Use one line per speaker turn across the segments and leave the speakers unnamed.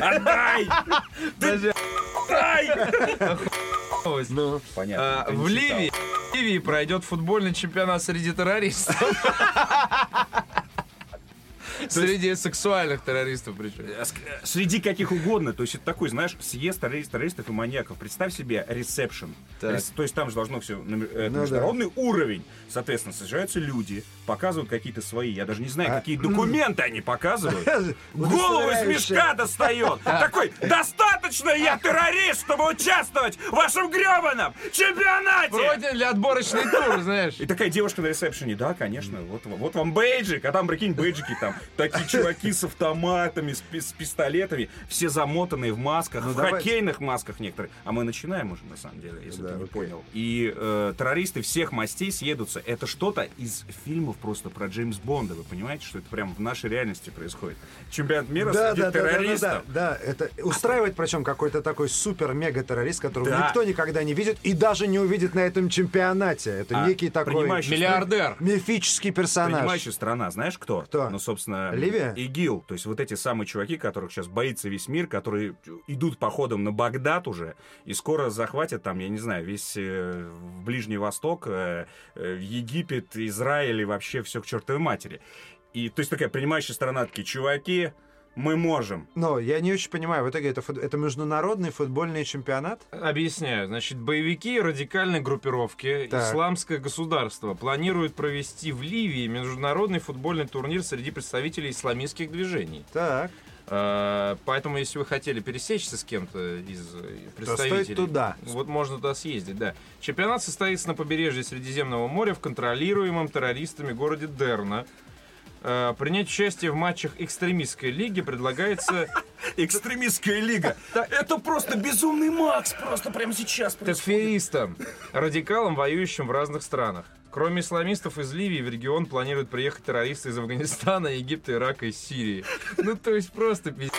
Отдай!
Даже
Отдай!
новость.
Ну,
Понятно.
А,
ты не
в
читал.
Ливии, в Ливии пройдет футбольный чемпионат среди террористов. Среди сексуальных террористов причем.
Э, ск- э, Среди каких угодно. То есть это такой, знаешь, съезд террорист- террористов и маньяков. Представь себе ресепшн.
Так.
Рес- То есть там же должно все на мер- э,
Ну да.
международный уровень. Соответственно, сажаются люди, показывают какие-то свои. Я даже не знаю,
А,
какие документы они показывают. Голову из
Удостоверяющее.
мешка достает. Такой, достаточно я террорист, чтобы участвовать в вашем гребаном чемпионате.
Вроде для отборочный тур, знаешь.
И такая девушка на ресепшене, да, конечно, вот, вам- вот вам бейджик, а там, прикинь, бейджики там, такие чуваки с автоматами, с, пи- с пистолетами, все замотанные в масках,
Ну,
в
давай.
хоккейных масках некоторые. А мы начинаем уже, на самом деле, если
Да,
ты не
окей.
понял. И э, террористы всех мастей съедутся. Это что-то из фильмов просто про Джеймс Бонда, вы понимаете, что это прям в нашей реальности происходит. Чемпионат мира
Да,
среди
да, да, да, да,
террористов.
да, да, это устраивает причем какой-то такой супер-мега-террорист, которого
Да.
никто никогда не видит и даже не увидит на этом чемпионате. Это
А,
некий такой
принимающий-
Миллиардер.
мифический персонаж.
Принимающая страна, знаешь кто?
Кто?
Ну, собственно,
Ливия?
ИГИЛ. То есть вот эти самые чуваки, которых сейчас боится весь мир, которые идут походом на Багдад уже, и скоро захватят там, я не знаю, весь э, в Ближний Восток, э, э, Египет, Израиль и вообще все к чертовой матери. И то есть такая принимающая страна, такие, чуваки, мы можем.
Но я не очень понимаю, в итоге это, фут- это международный футбольный чемпионат?
Объясняю. Значит, боевики радикальной группировки
Так.
«Исламское государство» планируют провести в Ливии международный футбольный турнир среди представителей исламистских движений.
Так,
Э, Поэтому, если вы хотели пересечься с кем-то из э,
то
представителей...
стоит туда.
Вот можно туда съездить, да. Чемпионат состоится на побережье Средиземного моря в контролируемом террористами городе Дерна. Э, Принять участие в матчах экстремистской лиги предлагается...
Экстремистская лига. Это просто безумный Макс, просто прямо сейчас.
Тефеистам, радикалам, воюющим в разных странах. Кроме исламистов из Ливии, в регион планируют приехать террористы из Афганистана, Египта, Ирака и Сирии. Ну, то есть просто пиздец.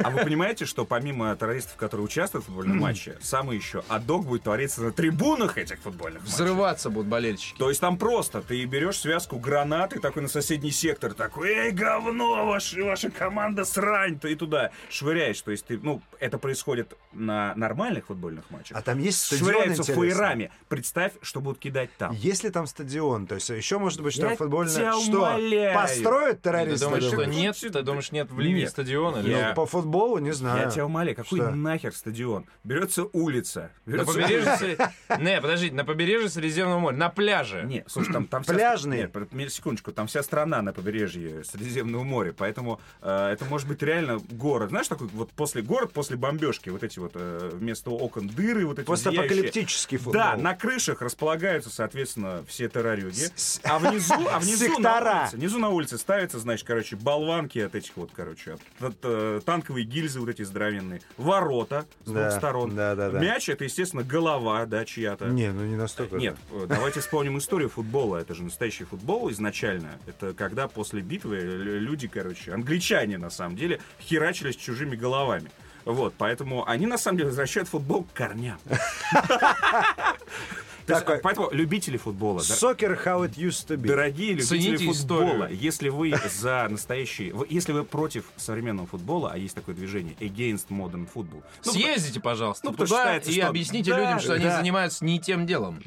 А вы понимаете, что помимо террористов, которые участвуют в футбольном матче, самый еще адок будет твориться на трибунах этих футбольных матчей?
Взрываться будут болельщики.
То есть там просто ты берешь связку гранат и такой на соседний сектор такой, эй, говно, ваш- ваша команда срань, ты и туда швыряешь. То есть ты, ну, это происходит на нормальных футбольных матчах.
А там есть стадион,
Швыряются
интересно.
фаерами. Представь, что будут кидать там.
Если там стадион, то есть еще может быть, что
Я тебя
футбольное... Что,
умоляю.
построят
Ты
террористы?
думаешь, что
думаешь?
нет? Ты думаешь, нет в Ливии
Нет.
стадиона?
Я-
Ну, по футболу, не знаю.
Я тебя умоляю, какой
Что?
нахер стадион? Берется улица.
На
берется
побережье... Сре- Не, подождите, на побережье Средиземного моря, на пляже.
Не, слушай, там, там вся-
Э, Пляжные?
Нет, под- миль- секундочку, там вся страна на побережье Средиземного моря, поэтому э, это может быть реально город. Знаешь, такой вот после город, после бомбежки, вот эти вот э, вместо окон дыры, вот эти зияющие.
Постапокалиптический футбол.
Да, на крышах располагаются, соответственно, все террарюги.
С- с-
А внизу, а внизу
Сектора.
на улице, внизу на улице ставятся, значит, короче, болванки от этих вот, короче, от- от, э, танковые гильзы вот эти здоровенные, ворота с
Да,
двух сторон.
да, да, да.
Мяч это, естественно, голова, да, чья-то.
Не, ну не настолько. же.
Нет, э, давайте вспомним историю футбола. Это же настоящий футбол изначально. Это когда после битвы лю- люди, короче, англичане на самом деле, херачились чужими головами. Вот, поэтому они на самом деле возвращают футбол к корням. То есть,
Такой-
Поэтому любители футбола, да,
Soccer how it used to be.
дорогие любители
Цените
футбола,
историю.
если вы за настоящий, вы- если вы против современного футбола, а есть такое движение against modern football, ну,
Съездите, пожалуйста,
ну, потому что
туда
считается,
и
что-
объясните
Да,
людям, что они
да.
занимаются не тем делом.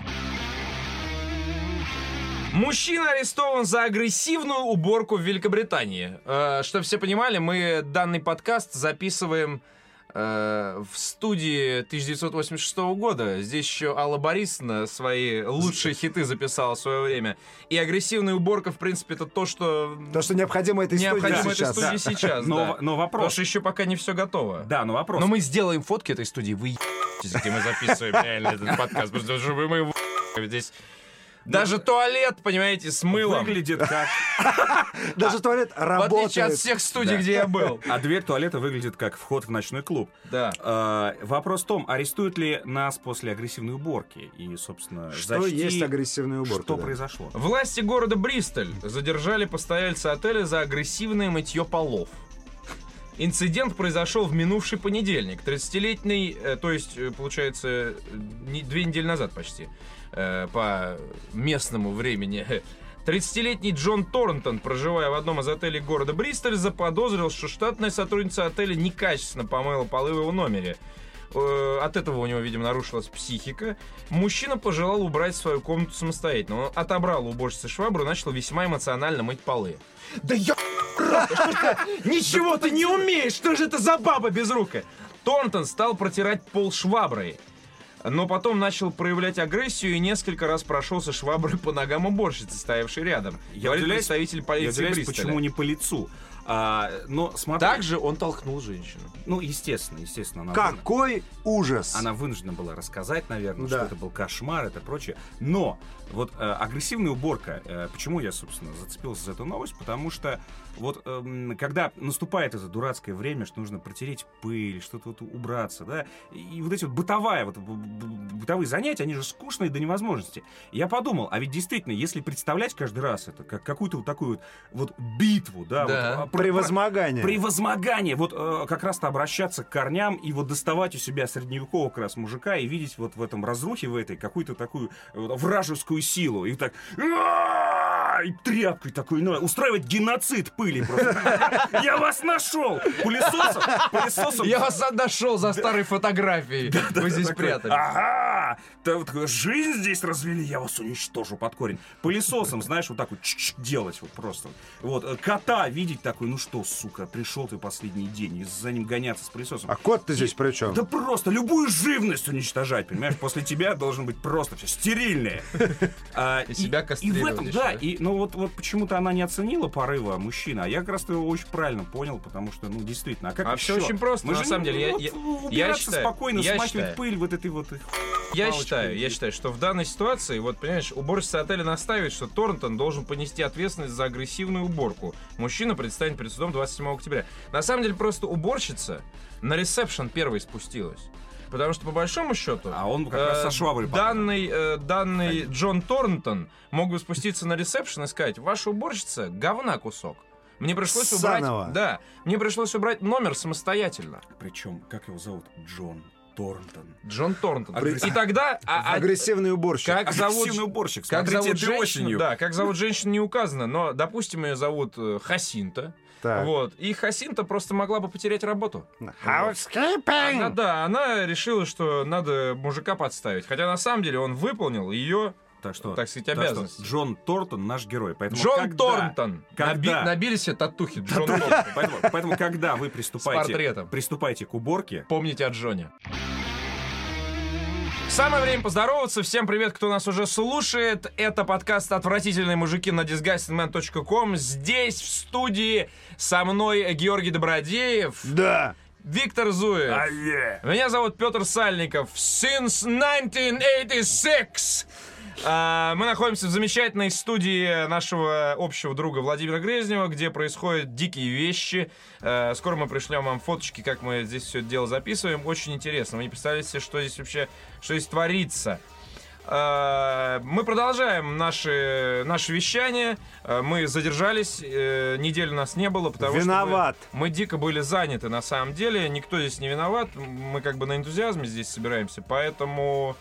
Мужчина арестован за агрессивную уборку в Великобритании. Э, Чтобы все понимали, мы данный подкаст записываем э, в студии 1986 года. Здесь еще Алла Борисовна свои лучшие хиты записала в свое время. И агрессивная уборка, в принципе, это то, что
То, что необходимо этой
необходимо
студии
этой
сейчас.
студии сейчас.
но,
да.
в- но
Потому
вопрос,
что еще пока не все готово.
да, но вопрос,
Но мы сделаем фотки этой студии, вы ебетесь, где мы записываем реально этот подкаст, потому что мы его ебем здесь... Даже туалет, понимаете, с мылом.
выглядит как
Даже туалет
В отличие от
работает.
всех студий,
Да.
где я был.
А дверь туалета выглядит как вход в ночной клуб.
Да.
Э, вопрос в том, арестуют ли нас после агрессивной уборки? И, собственно,
Что
зачти,
есть агрессивная уборка?
Что
да.
произошло?
Власти города Бристоль задержали постояльца отеля за агрессивное мытье полов. Инцидент произошел в минувший понедельник. 30-летний, э, то есть, э, получается, э, не- две недели назад почти, э, по местному времени. 30-летний Джон Торнтон, проживая в одном из отелей города Бристоль, заподозрил, что штатная сотрудница отеля некачественно помыла полы в его номере. Э, От этого у него, видимо, нарушилась психика. Мужчина пожелал убрать свою комнату самостоятельно. Он отобрал у уборщицы швабру и начал весьма эмоционально мыть полы. Да я... Ничего ты не умеешь! Что же это за баба без рука? Торнтон стал протирать пол шваброй. Но потом начал проявлять агрессию и несколько раз прошелся шваброй по ногам уборщицы, стоявшей рядом.
Я
Говорит
удивляюсь-
представитель
Я
полиции
удивляюсь,
Бристоля.
почему не по лицу. А, но смотри,
Также он толкнул женщину.
ну, естественно, естественно. она вынуждена-
Какой ужас!
Она вынуждена была рассказать, наверное,
Да.
что это был кошмар, это прочее. Но вот э, агрессивная уборка, э, почему я, собственно, зацепился за эту новость, потому что вот эм, когда наступает это дурацкое время, что нужно протереть пыль, что-то вот убраться, да, и вот эти вот бытовая, вот б- б- бытовые занятия, они же скучные до невозможности. Я подумал, а ведь действительно, если представлять каждый раз это как какую-то вот такую вот, вот битву,
Да.
да, вот, а, про- про-
Превозмогание.
Превозмогание. Вот э, как раз-то обращаться к корням и вот доставать у себя средневекового как раз мужика и видеть вот в этом разрухе, в этой, какую-то такую э, вражескую силу. И так... «Ааа!» И тряпкой такой, ну, устраивать геноцид пыли просто. Я вас нашел! Пылесосом, пылесосом
Я вас нашел за старой фотографией. Вы здесь
такой,
прятались.
Ага! Та вот такой, жизнь здесь развели, я вас уничтожу под корень. Пылесосом, знаешь, вот так вот чш-чш делать вот просто. Вот, э, кота видеть такой, ну что, сука, пришел ты последний день, и за ним гоняться с пылесосом.
А кот-то здесь при чем?
Да просто любую живность уничтожать, понимаешь? После тебя должен быть просто все стерильное. А,
И себя
И в
кастрировать
этом,
еще,
да,
да?
и, ну вот, вот почему-то она не оценила порыва мужчины, а я как раз его очень правильно понял, потому что, ну, действительно, а как
А всё
еще?
очень просто,
Мы
на
же,
самом
ну,
деле, я-
вот,
я- я
убираться
считаю,
спокойно,
я
смахивать
считаю.
пыль, вот этой вот...
Я
палочкой
считаю, я
бить.
считаю, что в данной ситуации, вот понимаешь, уборщица отеля настаивает, что Торнтон должен понести ответственность за агрессивную уборку. Мужчина предстанет перед судом 27 октября. На самом деле просто уборщица на ресепшн первой спустилась. Потому что по большому счету...
А он как раз
э,
со шваброй попал.
данный, э, данный Джон Торнтон мог бы спуститься на ресепшн и сказать, ваша уборщица говна кусок. Мне пришлось
Ссаного.
убрать... Да, мне пришлось убрать номер самостоятельно.
Причем, как его зовут? Джон Торнтон.
Джон Торнтон.
Агрессив-
И тогда... а- а-
Агрессивный уборщик.
Как зовут...
Агрессивный уборщик,
Как
смотрите,
зовут
этой
женщину?
осенью.
Да, как зовут женщину не указано, но, допустим, ее зовут э, Хасинта.
Так.
Вот. И Хасинта просто могла бы потерять работу. Она,
Housekeeping!
да, она решила, что надо мужика подставить. Хотя на самом деле он выполнил ее,
Так что,
так сказать,
так что
обязанность.
Джон Тортон наш герой. Поэтому
Джон
Ну, когда-
Торнтон.
когда-
Наби- набили себе татухи Джон Торнтон.
Поэтому, поэтому когда вы
С
приступаете,
портретом.
приступаете к уборке,
Помните о Джоне. Самое время поздороваться. Всем привет, кто нас уже слушает. Это подкаст «Отвратительные мужики» на disgustingman.com. Здесь, в студии, со мной Георгий Добродеев,
Да!
Виктор Зуев. Меня зовут Петр Сальников. Since 1986. А, Мы находимся в замечательной студии нашего общего друга Владимира Грезнева, где происходят дикие вещи. Э, Скоро мы пришлем вам фоточки, как мы здесь все это дело записываем. Очень интересно. Вы не представляете себе, что здесь вообще, что здесь творится. Э, Мы продолжаем наши, наше вещание. Э, Мы задержались. э, Недели нас не было, потому что... мы-
Виноват.
мы дико были заняты на самом деле, никто здесь не виноват, мы как бы на энтузиазме здесь собираемся, поэтому...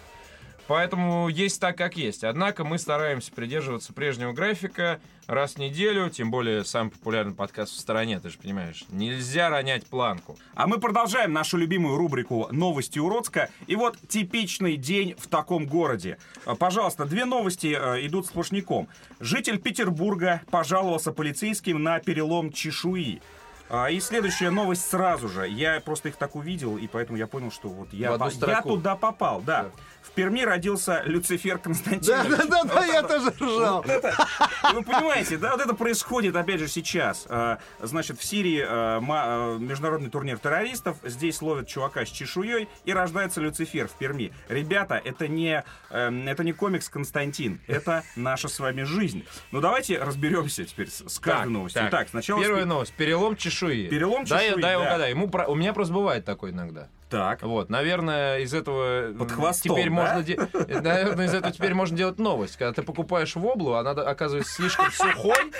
Поэтому есть так, как есть. Однако мы стараемся придерживаться прежнего графика раз в неделю, тем более самый популярный подкаст в стороне, ты же понимаешь. Нельзя ронять планку.
А мы продолжаем нашу любимую рубрику «Новости Уродска». И вот типичный день в таком городе. Э, Пожалуйста, две новости э, идут сплошняком. Житель Петербурга пожаловался полицейским на перелом чешуи. А, И следующая новость сразу же. Я просто их так увидел, и поэтому я понял, что вот
В
я,
одну
по- я
строку.
туда попал, да. В Перми родился Люцифер
Да,
Константинович.
да, да, да, я тоже ржал.
Вот это, вы Ну, понимаете, да, вот это происходит, опять же, сейчас. А, Значит, в Сирии а, ма- а, международный турнир террористов, здесь ловят чувака с чешуей, и рождается Люцифер в Перми. Ребята, это не, эм, это не комикс Константин, это наша с вами жизнь. Ну, давайте разберемся теперь с, с каждой новостью. Итак, сначала...
Первая новость. Перелом чешуи.
Перелом
Дай,
чешуи,
дай я
да.
угадаю. Ему про- У меня просто бывает такое иногда.
Так.
Вот, наверное, из этого м,
Под хвостом,
теперь
да?
можно де- наверное, из этого теперь можно делать новость. Когда ты покупаешь воблу, она да- оказывается слишком сухой.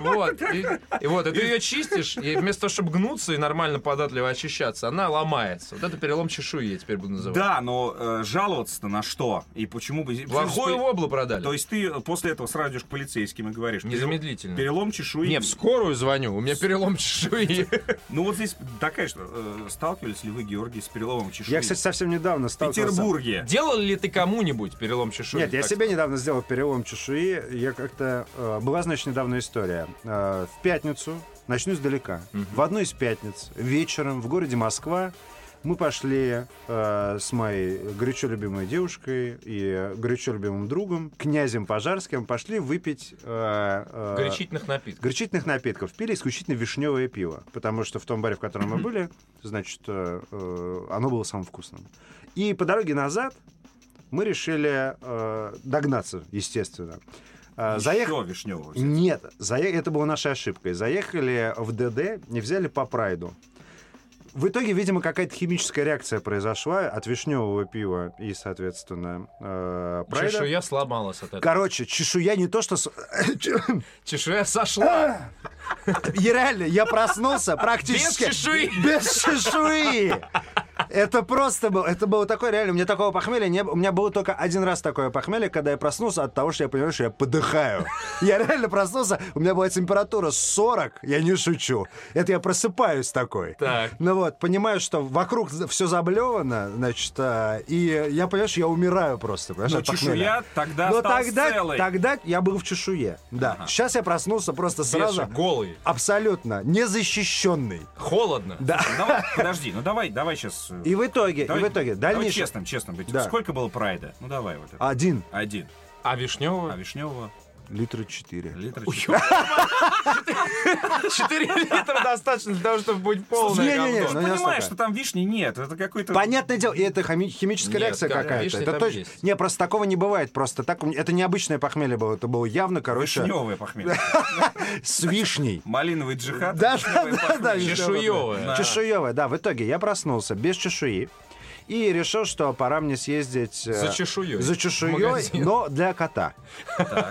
Вот. И, и вот, и ты ее чистишь, и вместо того, чтобы гнуться и нормально податливо очищаться, она ломается. Вот это перелом чешуи я теперь буду называть.
Да, но э, жаловаться-то на что? И почему бы...
Плохую воблу продали.
То есть ты э, после этого сразу идешь к полицейским и говоришь... «Перел-
Незамедлительно.
Перелом чешуи.
Не, в скорую звоню, у меня перелом чешуи.
Ну вот здесь, да, конечно, э, сталкивались ли вы, Георгий, с переломом чешуи?
Я, кстати, совсем недавно
в
сталкивался...
Петербурге.
Делал ли ты кому-нибудь перелом чешуи?
Нет, я
Так
себе недавно сделал перелом чешуи. Я как-то... э, была, значит, недавно история. Э, в пятницу, начну издалека, в одну из пятниц вечером в городе Москва мы пошли э, с моей горячо любимой девушкой и горячо любимым другом, князем Пожарским, пошли выпить... э, э,
Горячительных напитков.
горчичных напитков пили исключительно вишневое пиво, потому что в том баре, в котором мы были, значит, э, э, оно было самым вкусным. И по дороге назад мы решили э, догнаться, естественно. Э, заех-
Вишневого.
Нет, зае- это была наша ошибка. Заехали в ДД, не взяли по прайду. В итоге, видимо, какая-то химическая реакция произошла от вишневого пива и, соответственно, э, прайда.
Чешуя сломалась от этого.
Короче, чешуя не то, что... с-
Чешуя сошла.
Я реально, я проснулся практически...
Без чешуи.
Без чешуи! Это просто было, это было такое реально, у меня такого похмелья не было, у меня было только один раз такое похмелье, когда я проснулся от того, что я понимаю, что я подыхаю. Я реально проснулся, у меня была температура 40, я не шучу. Это я просыпаюсь такой.
Так.
Ну вот, понимаю, что вокруг все заблевано, значит, а, и я понимаю, что я умираю просто. понимаешь,
Но
от похмелья.
чешуя тогда
Но
осталась
тогда,
целой.
тогда я был в чешуе, да. Сейчас я проснулся просто сразу.
Сразу голый.
Абсолютно незащищенный.
Холодно.
Да.
Давай, подожди, ну давай, давай сейчас...
И в итоге,
Давай,
и в итоге,
давай
дальнейший...
честным, честным быть.
Да.
Сколько было прайда? Ну давай вот это.
Один.
Один.
А
А
вишневого?
вишневого?
Литра четыре.
Литра
Ё- 4 литра достаточно для того, чтобы быть полной.
Не-не-не,
Ты
ну,
же
я
понимаешь,
столько.
что там вишни нет. Это какой-то...
Понятное дело, и это хими- химическая
Нет,
реакция
как-
какая-то.
вишни
Это
там
точно.
есть.
Не, просто такого не бывает. Просто так у меня- это необычное похмелье было. Это было явно, короче,
Вишневое похмелье.
с вишней.
Малиновый джихад.
Да,
вишневое
да, да,
похмелье.
да,
Чешуевое.
Да.
Чешуевая, да. В итоге я проснулся без чешуи и решил, что пора мне съездить... э,
За чешуей.
За
В
чешуей,
магазин.
но для кота.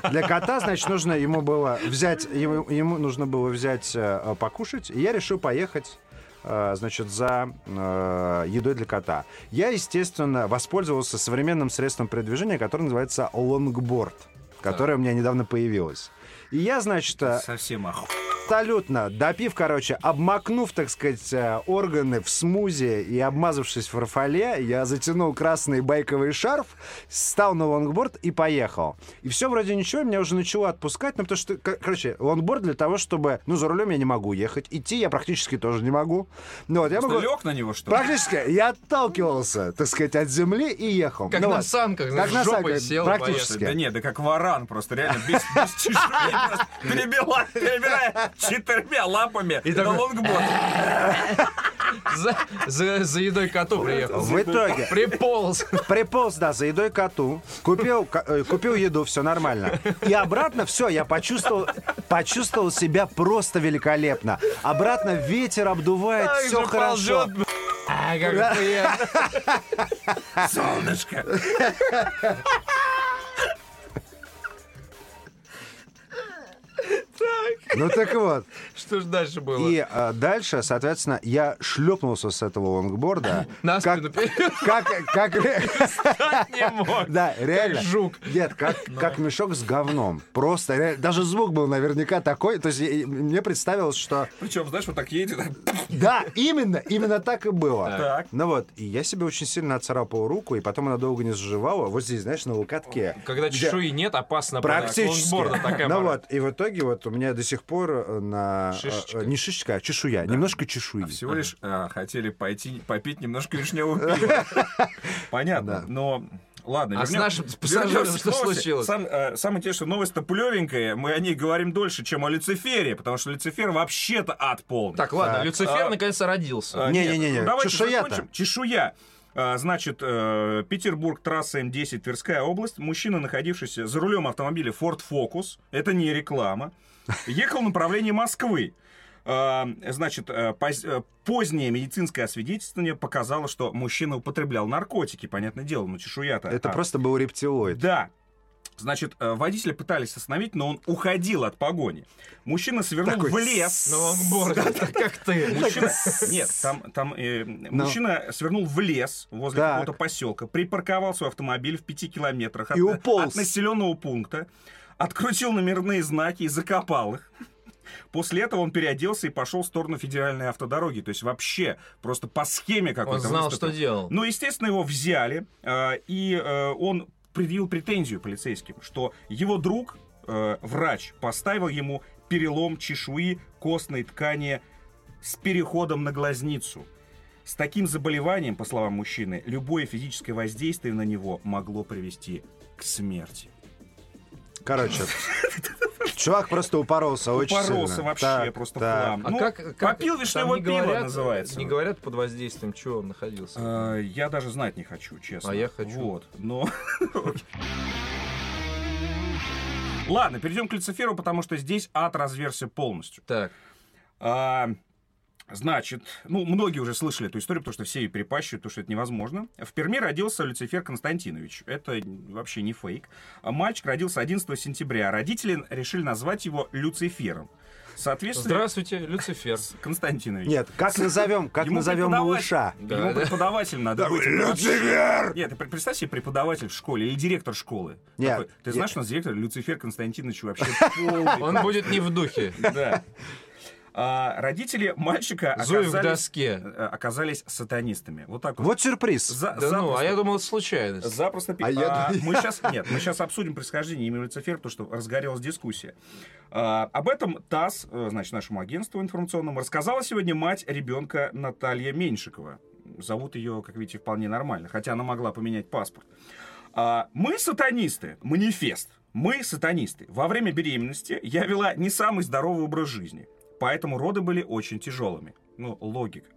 Для кота, значит, нужно ему было взять, ему, ему нужно было взять э, покушать, и я решил поехать э, значит, за э, едой для кота. Я, естественно, воспользовался современным средством передвижения, которое называется лонгборд, которое у меня недавно появилось. И я, значит, э,
Совсем оху...
Абсолютно. Допив, короче, обмакнув, так сказать, э, органы в смузи и обмазавшись в фарфоле, я затянул красный байковый шарф, стал на лонгборд и поехал. И все вроде ничего, меня уже начало отпускать, ну, потому что, к- короче, лонгборд для того, чтобы... Ну, за рулем я не могу ехать, идти я практически тоже не могу. Ну, вот я могу...
Лег на него, что ли?
Практически я отталкивался, так сказать, от земли и ехал.
Как
Ну,
на
вот.
санках,
Как
знаешь,
на
жопой
санках,
сел.
практически.
Да нет, да как варан просто, реально, без, без чешуи, просто перебила- перебирая четырьмя лапами
И
на
такой-
лонгборд.
поел. За, за- за едой коту приехал.
В итоге...
Приполз.
Приполз, да, за едой коту, купил, ко- э, купил еду, все нормально. И обратно все, я почувствовал, почувствовал себя просто великолепно. Обратно ветер обдувает,
Ай,
все
же
хорошо.
ползет. А, как приятно.
Солнышко.
Ну так вот.
Что ж дальше было?
И э, дальше, соответственно, я шлепнулся с этого лонгборда.
На
как,
спину перестать
как, как,
не мог.
да, реально.
жук. Ну.
Нет, как, как мешок с говном. Просто, реально, даже звук был наверняка такой. То есть э, э, мне представилось, что
Причем, знаешь, вот так едет.
Да, именно, именно так и было.
Так.
Ну вот, и я себе очень сильно отцарапал руку, и потом она долго не заживала. Вот здесь, знаешь, на локотке.
Когда
Где-
чешуи нет, опасно.
Практически.
Лонгборда такая
ну
пара.
вот, и в итоге вот у меня до сих пор э, на... э,
Шишечка.
э, Не шишечка, а чешуя. Немножко чешуи.
Всего лишь а, хотели пойти попить немножко вишневого пива. Понятно, но... Ладно,
А с нашим пассажиром
вернемся к
что
новости.
случилось?
Сам- э, самое интересное, новость-то плевенькая. Мы о ней говорим дольше, чем о Люцифере, потому что Люцифер вообще-то ад полный.
Так, ладно,
Так.
Люцифер
А,
наконец-то родился.
А,
Не,
нет,
не, не, не,
ну, Давайте
чешуя-то.
закончим. Чешуя. А, Значит, э, Петербург, трасса М10, Тверская область. Мужчина, находившийся за рулем автомобиля Ford Focus, это не реклама, ехал в направлении Москвы. Э, Значит, э, поз- э, позднее медицинское освидетельствование показало, что мужчина употреблял наркотики, понятное дело, но чешуя-то...
Это
а,
просто был рептилоид.
Да. Значит, э, водителя пытались остановить, но он уходил от погони. Мужчина свернул
Такой
в лес.
На лонгборде, как ты.
Мужчина... Нет, там, там э, мужчина свернул в лес возле
Так.
какого-то поселка, припарковал свой автомобиль в пяти километрах
И уполз.
от населенного пункта, открутил номерные знаки и закопал их. После этого он переоделся и пошел в сторону федеральной автодороги. То есть вообще просто по схеме какой-то.
Он знал,
выступил.
что делал.
Ну, естественно, его взяли, э, и э, он предъявил претензию полицейским, что его друг, э, врач, поставил ему перелом чешуи костной ткани с переходом на глазницу. С таким заболеванием, по словам мужчины, любое физическое воздействие на него могло привести к смерти.
Короче, чувак просто упоролся очень
Упоролся
сильно.
вообще
Так,
просто
так.
в
А
хлам. Ну, попил
там
вишневое
не
пиво,
говорят-
называется.
Не говорят под воздействием, чего он находился.
А.
Э, Я даже знать не хочу, честно.
А я хочу.
Вот, но... Ладно, перейдем к Люциферу, потому что здесь ад разверся полностью.
Так,
А, Значит, ну, многие уже слышали эту историю, потому что все ее перепащивают, потому что это невозможно. В Перми родился Люцифер Константинович. Это вообще не фейк. А Мальчик родился 11 сентября. Родители решили назвать его Люцифером. Соответственно,
здравствуйте, Люцифер.
Константинович.
Нет, как назовем, как
Ему
назовем
преподаватель-
малыша?
Да,
Ему
да.
преподаватель надо быть.
Люцифер!
Нет, ты пр- представь себе преподаватель в школе или директор школы.
Нет,
Такой, ты
я-
знаешь, у нас директор Люцифер Константинович вообще полный.
Он будет не в духе.
Да. А, Родители мальчика
Зуев в
оказались э,
доске.
оказались сатанистами. Вот так вот.
Вот сюрприз.
За-
Да ну, а я
запросто-
думал, это случайность.
Запросто пи-
А я
А,
думаю-
мы сейчас нет, мы сейчас обсудим происхождение имени Люцифера, потому что разгорелась дискуссия. А, об этом ТАСС, э, значит, нашему агентству информационному рассказала сегодня мать ребенка Наталья Меньшикова. Зовут ее, как видите, вполне нормально, хотя она могла поменять паспорт. А, мы сатанисты, манифест. Мы сатанисты. Во время беременности я вела не самый здоровый образ жизни, поэтому роды были очень тяжелыми. Ну, логика.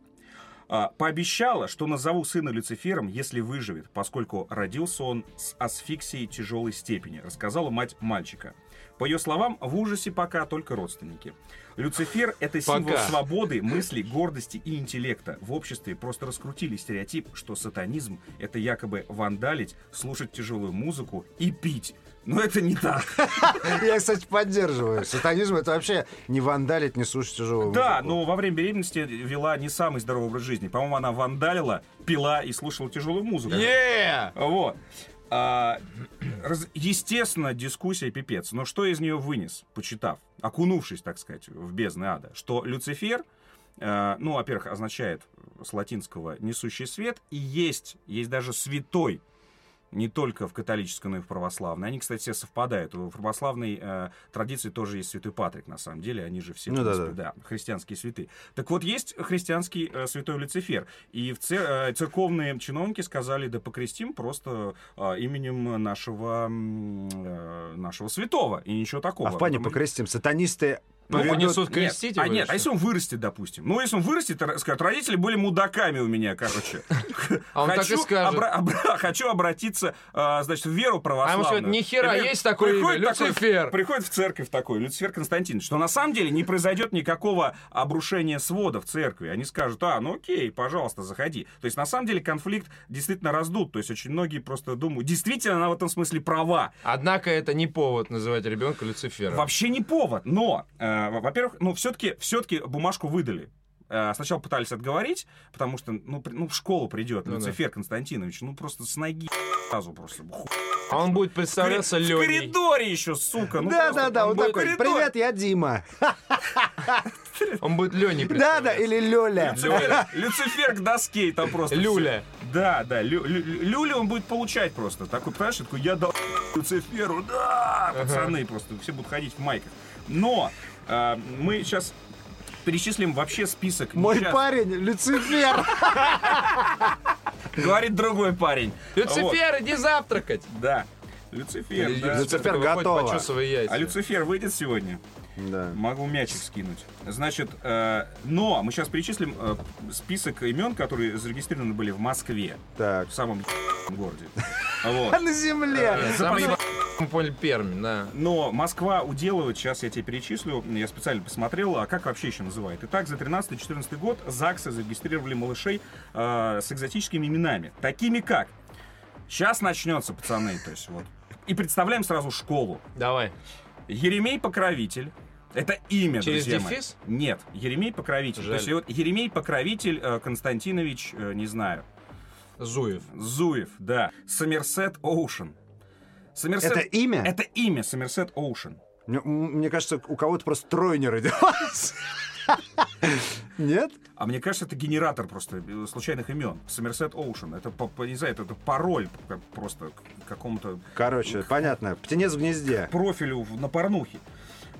А, пообещала, что назову сына Люцифером, если выживет, поскольку родился он с асфиксией тяжелой степени, рассказала мать мальчика. По ее словам, в ужасе пока только родственники. Люцифер — это символ
Пока.
свободы, мысли, гордости и интеллекта. В обществе просто раскрутили стереотип, что сатанизм — это якобы вандалить, слушать тяжелую музыку и пить. Но это не так.
Я, кстати, поддерживаю. Сатанизм это вообще не вандалить, не слушать тяжелого.
Да, но во время беременности вела не самый здоровый образ жизни. По-моему, она вандалила, пила и слушала тяжелую музыку.
Е!
Вот. А, раз- естественно, дискуссия пипец. Но что из нее вынес, почитав, окунувшись, так сказать, в бездны ада? Что Люцифер, э, ну, во-первых, означает с латинского «несущий свет», и есть, есть даже святой, не только в католической, но и в православной. Они, кстати, все совпадают. В православной э, традиции тоже есть святой Патрик, на самом деле. Они же все, в
Ну да,
принципе, да, христианские святы. Так вот, есть христианский э, святой Люцифер. И в цер- э, церковные чиновники сказали, да покрестим просто э, именем нашего, м, э, нашего святого. И ничего такого.
А в плане покрестим. Сатанисты
Ну,
поведут-
понесут
Нет,
крестить
а
его,
нет, а
или
если
что?
он вырастет, допустим? Ну, если он вырастет, ра- скажет, родители были мудаками у меня, короче.
А он так
Хочу
и скажет.
обра- обра- Хочу обратиться, а, значит, в
А
веру
ему
православную.
сказать, ни хера,
Или
есть такой имя,
приходит такой-
Люцифер.
Приходит в церковь такой, Люцифер Константинович, что на самом деле не произойдет никакого обрушения свода в церкви. Они скажут, а, ну окей, пожалуйста, заходи. То есть, на самом деле, конфликт действительно раздут. То есть, очень многие просто думают, действительно, она в этом смысле права.
Однако это не повод называть ребенка Люцифером.
Вообще не повод, но, э, во- во-первых, ну, все-таки все бумажку выдали. Э, Сначала пытались отговорить, потому что, ну, при- ну в школу придет
Ну да.
Люцифер Константинович, ну, просто с ноги сразу просто. Ху-
А он будет представляться
В
Леней.
коридоре еще, сука. ну,
Да,
просто
да, да, он
был
такой.
коридор.
Привет, я Дима.
Он будет Леней
Да, да, или Лёля.
Люцифер, Люцифер к доске, и там просто... всё.
Люля.
Да, да, лю- лю- лю- Люля он будет получать просто. Такой, понимаешь, такой, я дал Люциферу, да, пацаны, просто все будут ходить в майках. Но э, мы сейчас перечислим вообще список.
Мой
несчастных.
парень Люцифер.
Говорит другой парень.
Люцифер, иди завтракать!
Вот, да. Люцифер, да.
Люцифер
такой выходит,
готово.
почесывая яйца.
А Люцифер выйдет сегодня?
Да.
Могу мячик скинуть. Значит, э, но мы сейчас перечислим э, список имен, которые зарегистрированы были в Москве,
Так.
в самом городе. Вот.
А на земле.
Самый
Запас-
Мы поняли, Пермь, да.
Но Москва уделывает, сейчас я тебе перечислю, я специально посмотрел, а как вообще еще называют. Итак, за 13-14 год ЗАГСы зарегистрировали малышей э, с экзотическими именами. Такими как? Сейчас начнется, пацаны, то есть вот. И представляем сразу школу.
Давай.
Еремей Покровитель. Это имя,
Через
друзья мои.
дефис?
Нет, Еремей Покровитель.
Жаль.
То есть вот Еремей Покровитель э, Константинович, э, не знаю,
Зуев.
Зуев, да. Сомерсет Оушен. Сомерсет...
Это имя?
Это имя Сомерсет Оушен.
Мне- м- Мне кажется, у кого-то просто тройня родилась. Нет?
А мне кажется, это генератор просто э, случайных имен. Сомерсет Оушен. Это, по- по- не знаю, это, это пароль к- просто к какому-то
Короче, понятно. Птенец в гнезде.
профилю в- на порнухе.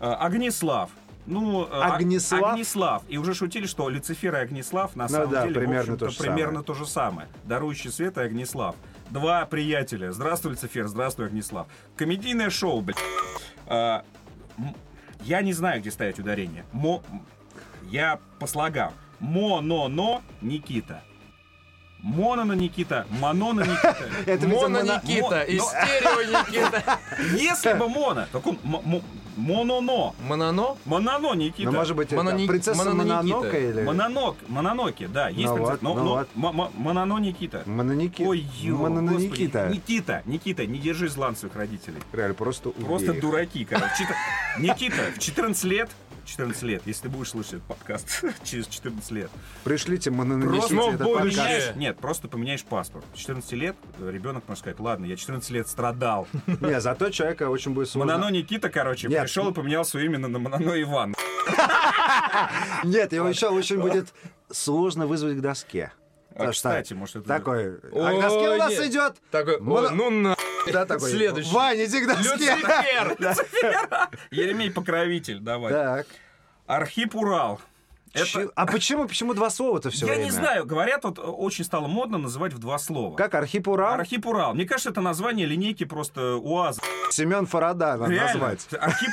Э, Огнеслав. Ну, э, Ог-
Огнеслав?
Огнеслав. И уже шутили, что Люцифер и Огнеслав на
Ну
самом
да,
деле в
примерно
общем-то,
то же
примерно
самое.
то же самое. Дарующий свет и Огнеслав. Два приятеля. Здравствуй, Люцифер, здравствуй, Огнеслав. Комедийное шоу, блядь. А, м- Я не знаю, где ставить ударение. Мо... м, Я по слогам. Моно-но Никита. Монона Никита. Манона Никита.
Это,
Моно
видимо, на-
Мо-
Никита и стерео Никита.
Если бы Мона, так он м- м- Мононо.
Мононо?
Монано, Никита.
Ну, может быть, это
Монони-
принцесса
Мононикита.
Мононока или...
Мононок, Мононоки, да, есть
Ну
принцесса,
вот,
но,
ну
но-
вот.
мо- мо- Мононо Никита.
Мононикит.
Ой, ё, господи.
Мононикита.
Никита, Никита, не держи зла на своих родителей.
Реально, просто убей
Просто
их.
дураки, короче. Чита- Никита, в 14 лет, 14 лет, если ты будешь слушать этот подкаст через 14 лет.
Пришлите
Просто
Монониките
в
этот
будущее.
подкаст.
Поменяешь- нет, просто поменяешь паспорт. С 14 лет э, ребенок может сказать, ладно, я 14 лет страдал.
Не, зато человека очень будет
Монано
сложно.
Никита, короче,
Ну Нет. ну
пришел и поменял свое имя на Монано Иван.
Нет, его еще очень будет сложно вызвать к доске. Потому что
А, кстати, может, это-
Такой, а
Ой,
к доске у нас
нет.
идет...
Такой, «Ой,
Моно-
ну на...
Да, такой,
Следующий.
Вань, иди к доске.
Люцифер!
Еремей Покровитель, давай.
Так.
Архип Урал. Это-
Чи- А почему, почему два слова-то все
Я
время?
не знаю, говорят, вот э, очень стало модно называть в два слова.
Как Архип Урал,
Архип Урал. Мне кажется, это название линейки просто УАЗ.
Семен Фарада надо
Реально.
назвать.
Архип...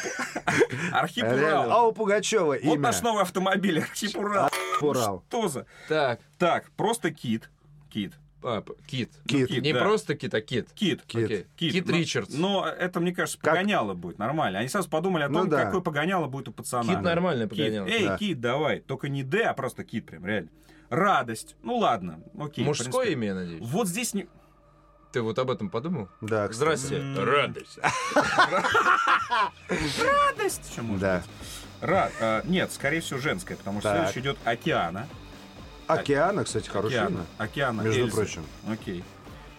Архип
Реально.
Урал.
А у Пугачева
Вот
имя
наш новый автомобиль, Архип Урал.
Урал.
Что за?
Так,
Так, просто кит. Кит.
а, п- кит.
Кит.
Кит,
Не
да.
просто кит, а кит.
Кит.
Кит.
Окей.
Кит, ну,
Кит
но-
Ричардс.
Но это, мне кажется,
Как?
погоняло будет нормально. Они сразу подумали о том,
Ну да.
какое погоняло будет у пацана.
Кит нормально
Кит.
погонял.
Эй,
Да.
кит, давай. Только не Д, а просто кит прям, реально. Радость. Ну ладно, окей. в
Мужское
принципе.
имя, я надеюсь.
Вот здесь не...
Ты вот об этом подумал?
Да, кстати.
Здрасте.
М. А
Радость.
Радость. Чем может
Да.
Ра- э, нет, скорее всего, женская, потому что
Так.
следующий идет океана.
Океана, кстати, хорошее
Океана.
имя.
Океана.
Между
Эльза.
прочим.
Окей.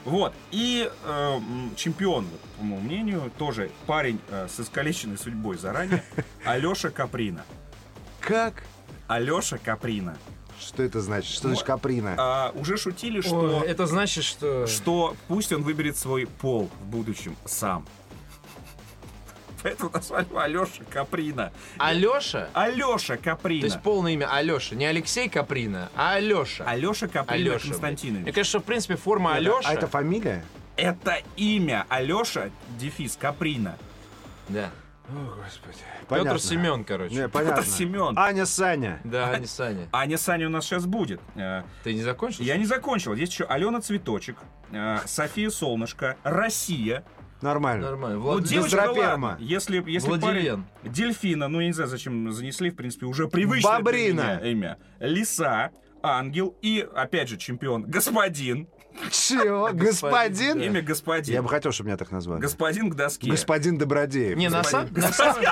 Вот. И э, м, чемпион, вот, по моему мнению, тоже парень э, с искалеченной судьбой заранее. Алеша Каприна.
Как?
Алеша Каприна.
Что это значит? Что значит
Ой.
Каприна?
А, уже шутили, что,
Что? Это значит, что...
что пусть он выберет свой пол в будущем сам. Поэтому назвали его Алеша Каприна.
Алёша?
Алеша Каприна.
То есть полное имя Алёша. Не Алексей Каприна, а Алёша.
Алеша Каприна
Алёша.
Константинович.
Мне кажется, что, в принципе, форма
А это
Алёша...
фамилия?
Это имя Алеша Дефис Каприна.
Да.
Понятно.
Петр Семен, короче.
Ну,
Не, понятно. А
Петр Семен.
Аня Саня.
Да, а не Саня.
Аня Саня у нас сейчас будет. Э,
Ты не закончил?
Я не закончил. Есть еще Алена Цветочек, э, София Солнышко, Россия.
Нормально.
Нормально.
Ну,
Влад-
девочка,
Бездроперма.
ладно. Если, если
Владивен.
парень- Дельфина, ну я не знаю, зачем занесли, в принципе, уже привычное для
Бобрина.
меня имя. Лиса, Ангел и, опять же, чемпион. Господин.
Чего?
Господин,
Господин?
Имя Господин.
Я бы хотел, чтобы меня так назвали.
Господин к доске.
Господин Добродеев.
Не, на сам- на самом...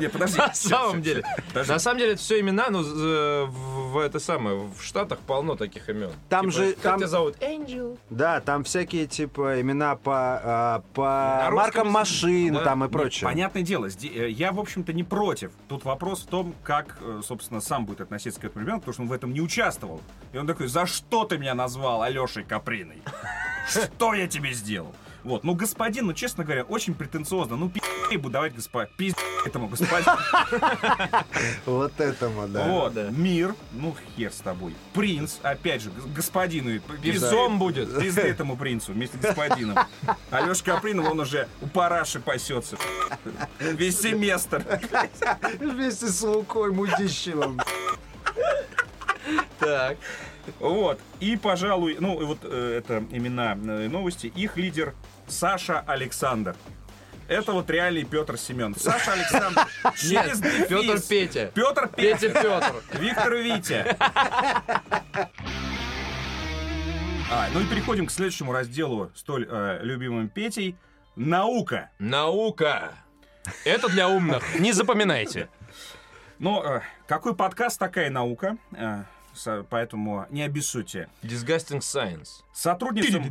Не, подожди.
На
Всё,
самом
всё,
деле,
всё. Подожди.
на самом деле, это все имена, но э, в в это самое, в Штатах полно таких имен. Типа,
Там же-
Как
там-
тебя зовут? Энджел.
Да, там всякие типа имена по, а, по
русском
маркам
языке,
машин
да.
там и
Ну,
прочее.
Понятное дело, зде- э, я, в общем-то, не против. Тут вопрос в том, как, э, собственно, сам будет относиться к этому ребенку, потому что он в этом не участвовал. И он такой, за что ты меня назвал Алешей Каприной? Что я тебе сделал? Вот, ну, господин, ну, честно говоря, очень претенциозно. Ну, пи***й бы давать госпо... пизд- этому господину.
Вот этому, да.
Вот,
да.
мир, ну, хер с тобой. Принц, опять же, г- господину. и п-
Певцом
пизд-
будет.
Пизды этому принцу вместе с господином. Алеша Капринов, он уже у параши пасется. Весь семестр.
Вместе с Лукой Мудищевым.
Так.
Вот. И, пожалуй, ну, и вот э, это имена э, новости. Их лидер Саша Александр. Это вот реальный Петр Семен. Саша Александр через
Нет, Петр
дефис.
Петя.
Петр
Петя
Петя.
Петр.
Виктор Витя. А, ну и переходим к следующему разделу столь э, любимым Петей. Наука.
Наука. Это для умных. Не запоминайте.
Но э, какой подкаст, такая наука. Э, со- поэтому не обессудьте.
Disgusting Science.
Сотрудницам,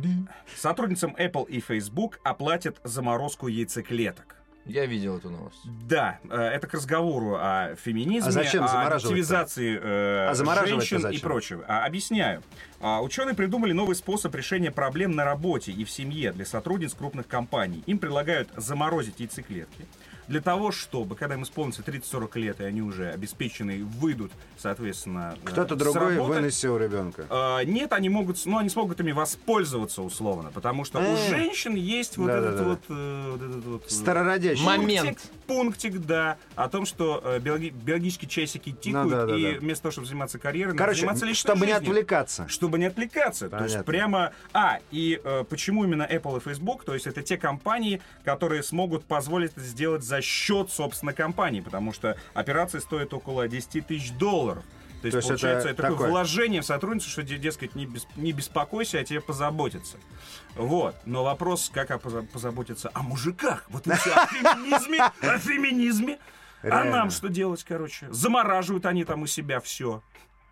сотрудницам Apple и Facebook оплатят заморозку яйцеклеток.
Я видел эту новость.
Да, э, это к разговору о феминизме,
А зачем
о
замораживать-то?
активизации э,
А замораживать-то
женщин и
зачем?
прочего. А, объясняю. А, ученые придумали новый способ решения проблем на работе и в семье для сотрудниц крупных компаний. Им предлагают заморозить яйцеклетки для того, чтобы, когда им исполнится 30-40 лет, и они уже обеспечены, выйдут, соответственно, э,
Кто-то
с
другой
работы,
выносил ребенка.
Э, нет, они могут, с- ну, они смогут ими воспользоваться условно, потому что у
Э.
женщин есть вот
Да-да-да.
этот вот, э, вот этот вот, э,
Старородящий.
Мам-
пунктик,
Момент.
Пунктик, да, о том, что э, биологи- биологические часики тикают,
Ну, да-да-да.
и вместо того, чтобы заниматься карьерой, надо
Короче,
заниматься личной
чтобы не
жизнью.
отвлекаться.
Чтобы не отвлекаться. То есть
Понятно.
прямо... А, и э, почему именно Apple и Facebook? То есть это те компании, которые смогут позволить это сделать за счет, собственно, компании, потому что операции стоят около 10 тысяч долларов. То есть,
То есть это
получается это такое,
такое.
вложение в сотрудницу, что, де- дескать, не, бес- не беспокойся, о тебе позаботятся. Вот. Но вопрос, как о поза- позаботиться о мужиках? Вот мы всё о феминизме, о феминизме. А
Реально.
нам что делать, короче? Замораживают они там у себя все.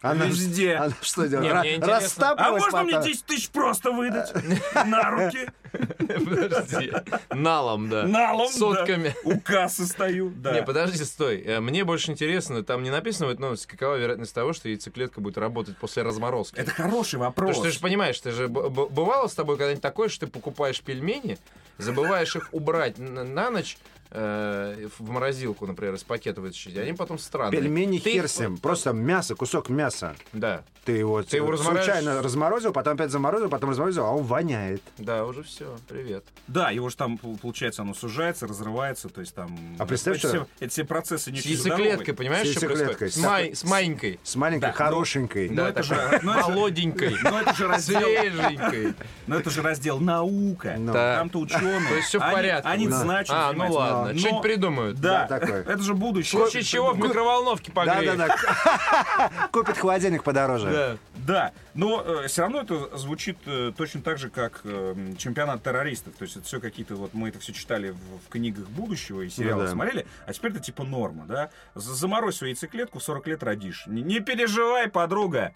Она-
Везде.
она что делает?
Не,
Ра-
мне интересно.
А
Растапливать
можно мне
потом?
10 тысяч просто выдать?
Э.
На руки,
Подожди. Налом, да.
налом, да.
Сотками.
У кассы стою,
Не,
да.
подожди, стой. Э, Мне больше интересно, там не написано в этой новости, какова вероятность того, что яйцеклетка будет работать после разморозки.
Это хороший
Потому
вопрос.
что ты же понимаешь, ты же б- б- бывало с тобой когда-нибудь такое, что ты покупаешь пельмени, забываешь их убрать на, на ночь э, в морозилку, например, из пакета вытащить, они потом странные.
Пельмени
Ты-
хер с ним. Просто мясо, кусок мяса.
Да,
Ты его,
Ты его размораживаешь.
случайно разморозил, потом опять заморозил, потом разморозил, а он воняет.
да, уже все, привет.
Да, его же там, пол- получается, оно сужается, разрывается, то есть там...
А представь,
это
что-
все- Это все процессы не
С
очень
яйцеклеткой,
здоровые.
понимаешь,
С
что происходит?
яйцеклеткой.
С, май- с маленькой.
С маленькой,
Да, но-
хорошенькой.
но
да,
это
такой
же- но это же-
молоденькой,
Но это же раздел...
свеженькой.
Но это же раздел наука.
Ну.
Да.
Там-то ученые.
То есть всё в
они-
порядке.
Они
Да.
значат.
А, ну
занимаются.
ладно,
Но-
что-нибудь придумают.
Да,
Да, такое.
это же будущее.
В случае чего в микроволновке погреют.
Да-да-да. Купит холодильник подороже.
Да, но все равно это звучит э, точно так же, как э, м, чемпионат террористов. То есть это все какие-то вот мы это все читали в, в книгах будущего и сериалы
Ну да.
смотрели, а теперь это типа норма, да? З- Заморозь свою яйцеклетку, в 40 лет родишь. Не, не переживай, подруга.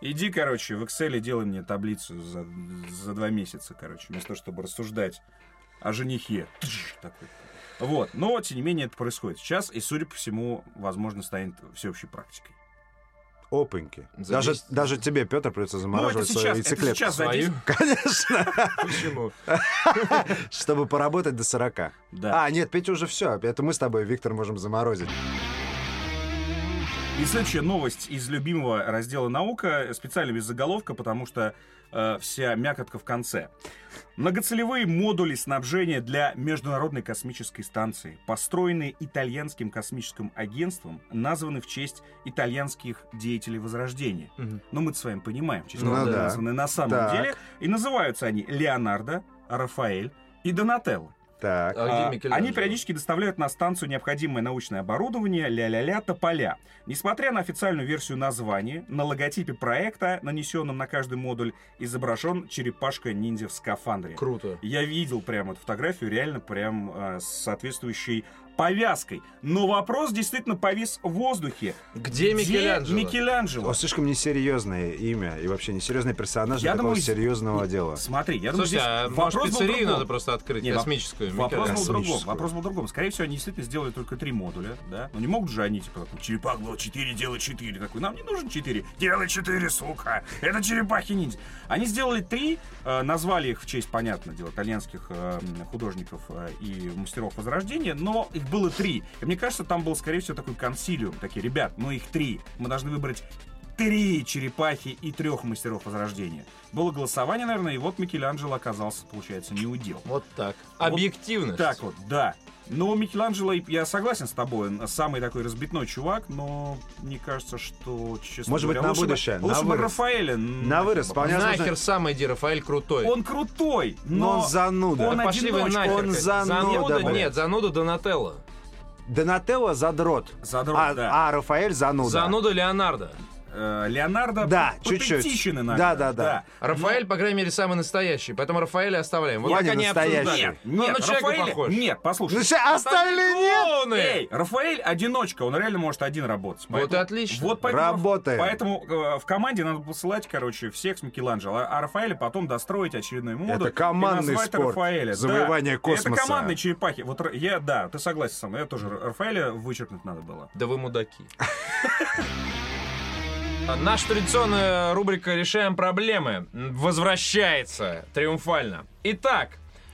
Иди, короче, в Excel делай мне таблицу за, за два месяца, короче, вместо того, чтобы рассуждать о женихе. Тш, такой. Вот, но тем не менее это происходит сейчас, и, судя по всему, возможно, станет всеобщей практикой.
Опаньки.
За
Даже,
10.
даже тебе, Петр, придется
Ну, это
замораживать свою
сейчас, это
яйцеклетку.
сейчас за
Свою?
10
Конечно,
Почему?
чтобы поработать до 40.
Да.
А, нет, Петя уже все. Это мы с тобой, Виктор, можем заморозить.
И следующая новость из любимого раздела «Наука» специально без заголовка, потому что э, вся мякотка в конце. Многоцелевые модули снабжения для Международной космической станции, построенные итальянским космическим агентством, названы в честь итальянских деятелей Возрождения. Но мы-то с вами понимаем, в честь
Ну
кого они
да.
названы на самом
Так.
деле. И называются они Леонардо, Рафаэль и Донателло.
Так.
А где
А,
Микеланджело?
Они периодически доставляют на станцию необходимое научное оборудование, ля-ля-ля, тополя. Несмотря на официальную версию названия, на логотипе проекта, нанесенном на каждый модуль, изображен черепашка-ниндзя в скафандре.
Круто.
Я видел прям эту фотографию, реально прям э, с соответствующей повязкой. Но вопрос действительно повис в воздухе.
Где Микеланджело?
Микеланджело?
О, слишком несерьезное имя и вообще несерьезный персонаж
Я
для такого
думаю,
серьезного
не-
дела.
Смотри, я думаю,
Слушай, а
здесь
может,
вопрос был
пиццерию
другом.
надо просто открыть,
Не, воп-
космическую.
Вопрос был в
Микеланджело.
другом.
Космическую.
Вопрос был в другом. Скорее всего, они действительно сделали только три модуля, да? Но не могут же они, типа, такой, черепах было 4, делай 4. Такой, нам не нужен 4. Делай 4, сука. Это черепахи ниндзя. Они сделали три, э, назвали их в честь, понятное дело, итальянских э, м, художников э, и мастеров Возрождения, но их было три. И мне кажется, там был, скорее всего, такой консилиум. Такие, ребят, ну их три. Мы должны выбрать три черепахи и трех мастеров Возрождения. Было голосование, наверное, и вот Микеланджело оказался, получается, не удел.
Вот так. Объективность.
Так вот, да. Ну, Микеланджело, я согласен с тобой, он самый такой разбитной чувак, но мне кажется, что, честно
Может быть,
говоря,
на
лучше бы-
будущее, на
лучше бы
вырос.
Рафаэля. м,
На вырос,
бы.
вполне возможно.
Нахер сам иди, Рафаэль крутой.
Он крутой,
Но
но...
он зануда.
он
Да пошли вы
одиночка,
нахер.
он
конечно.
зануда, блин.
нет, зануда Донателло.
Донателло задрот.
Задрот,
а,
Ну да.
а Рафаэль зануда.
Зануда Леонардо.
Э, Леонардо
Да,
патетичен
чуть-чуть.
иногда.
Да-да-да.
Рафаэль, по крайней мере, самый настоящий. Поэтому Рафаэля оставляем. Вот
Я
как
не
они
настоящий.
обсуждали.
Нет,
Ну,
нет,
на человека
Рафаэля-
похож.
Нет, послушай.
Ну, ща- остальные нет.
Клоуны!
Эй, Рафаэль одиночка, он реально может один работать.
Вот и отлично.
Вот поэтому,
Работаем.
Поэтому э, в команде надо посылать, короче, всех с Микеланджело, а а Рафаэля потом достроить очередной моду.
Это командный
и назвать
спорт.
Рафаэля. Да.
Завоевание космоса.
Это командные черепахи. Вот Ра- я, да, ты согласен со мной, я тоже Ра- Рафаэля вычеркнуть надо было.
Да вы мудаки. Наша традиционная рубрика «Решаем проблемы» возвращается триумфально. Итак,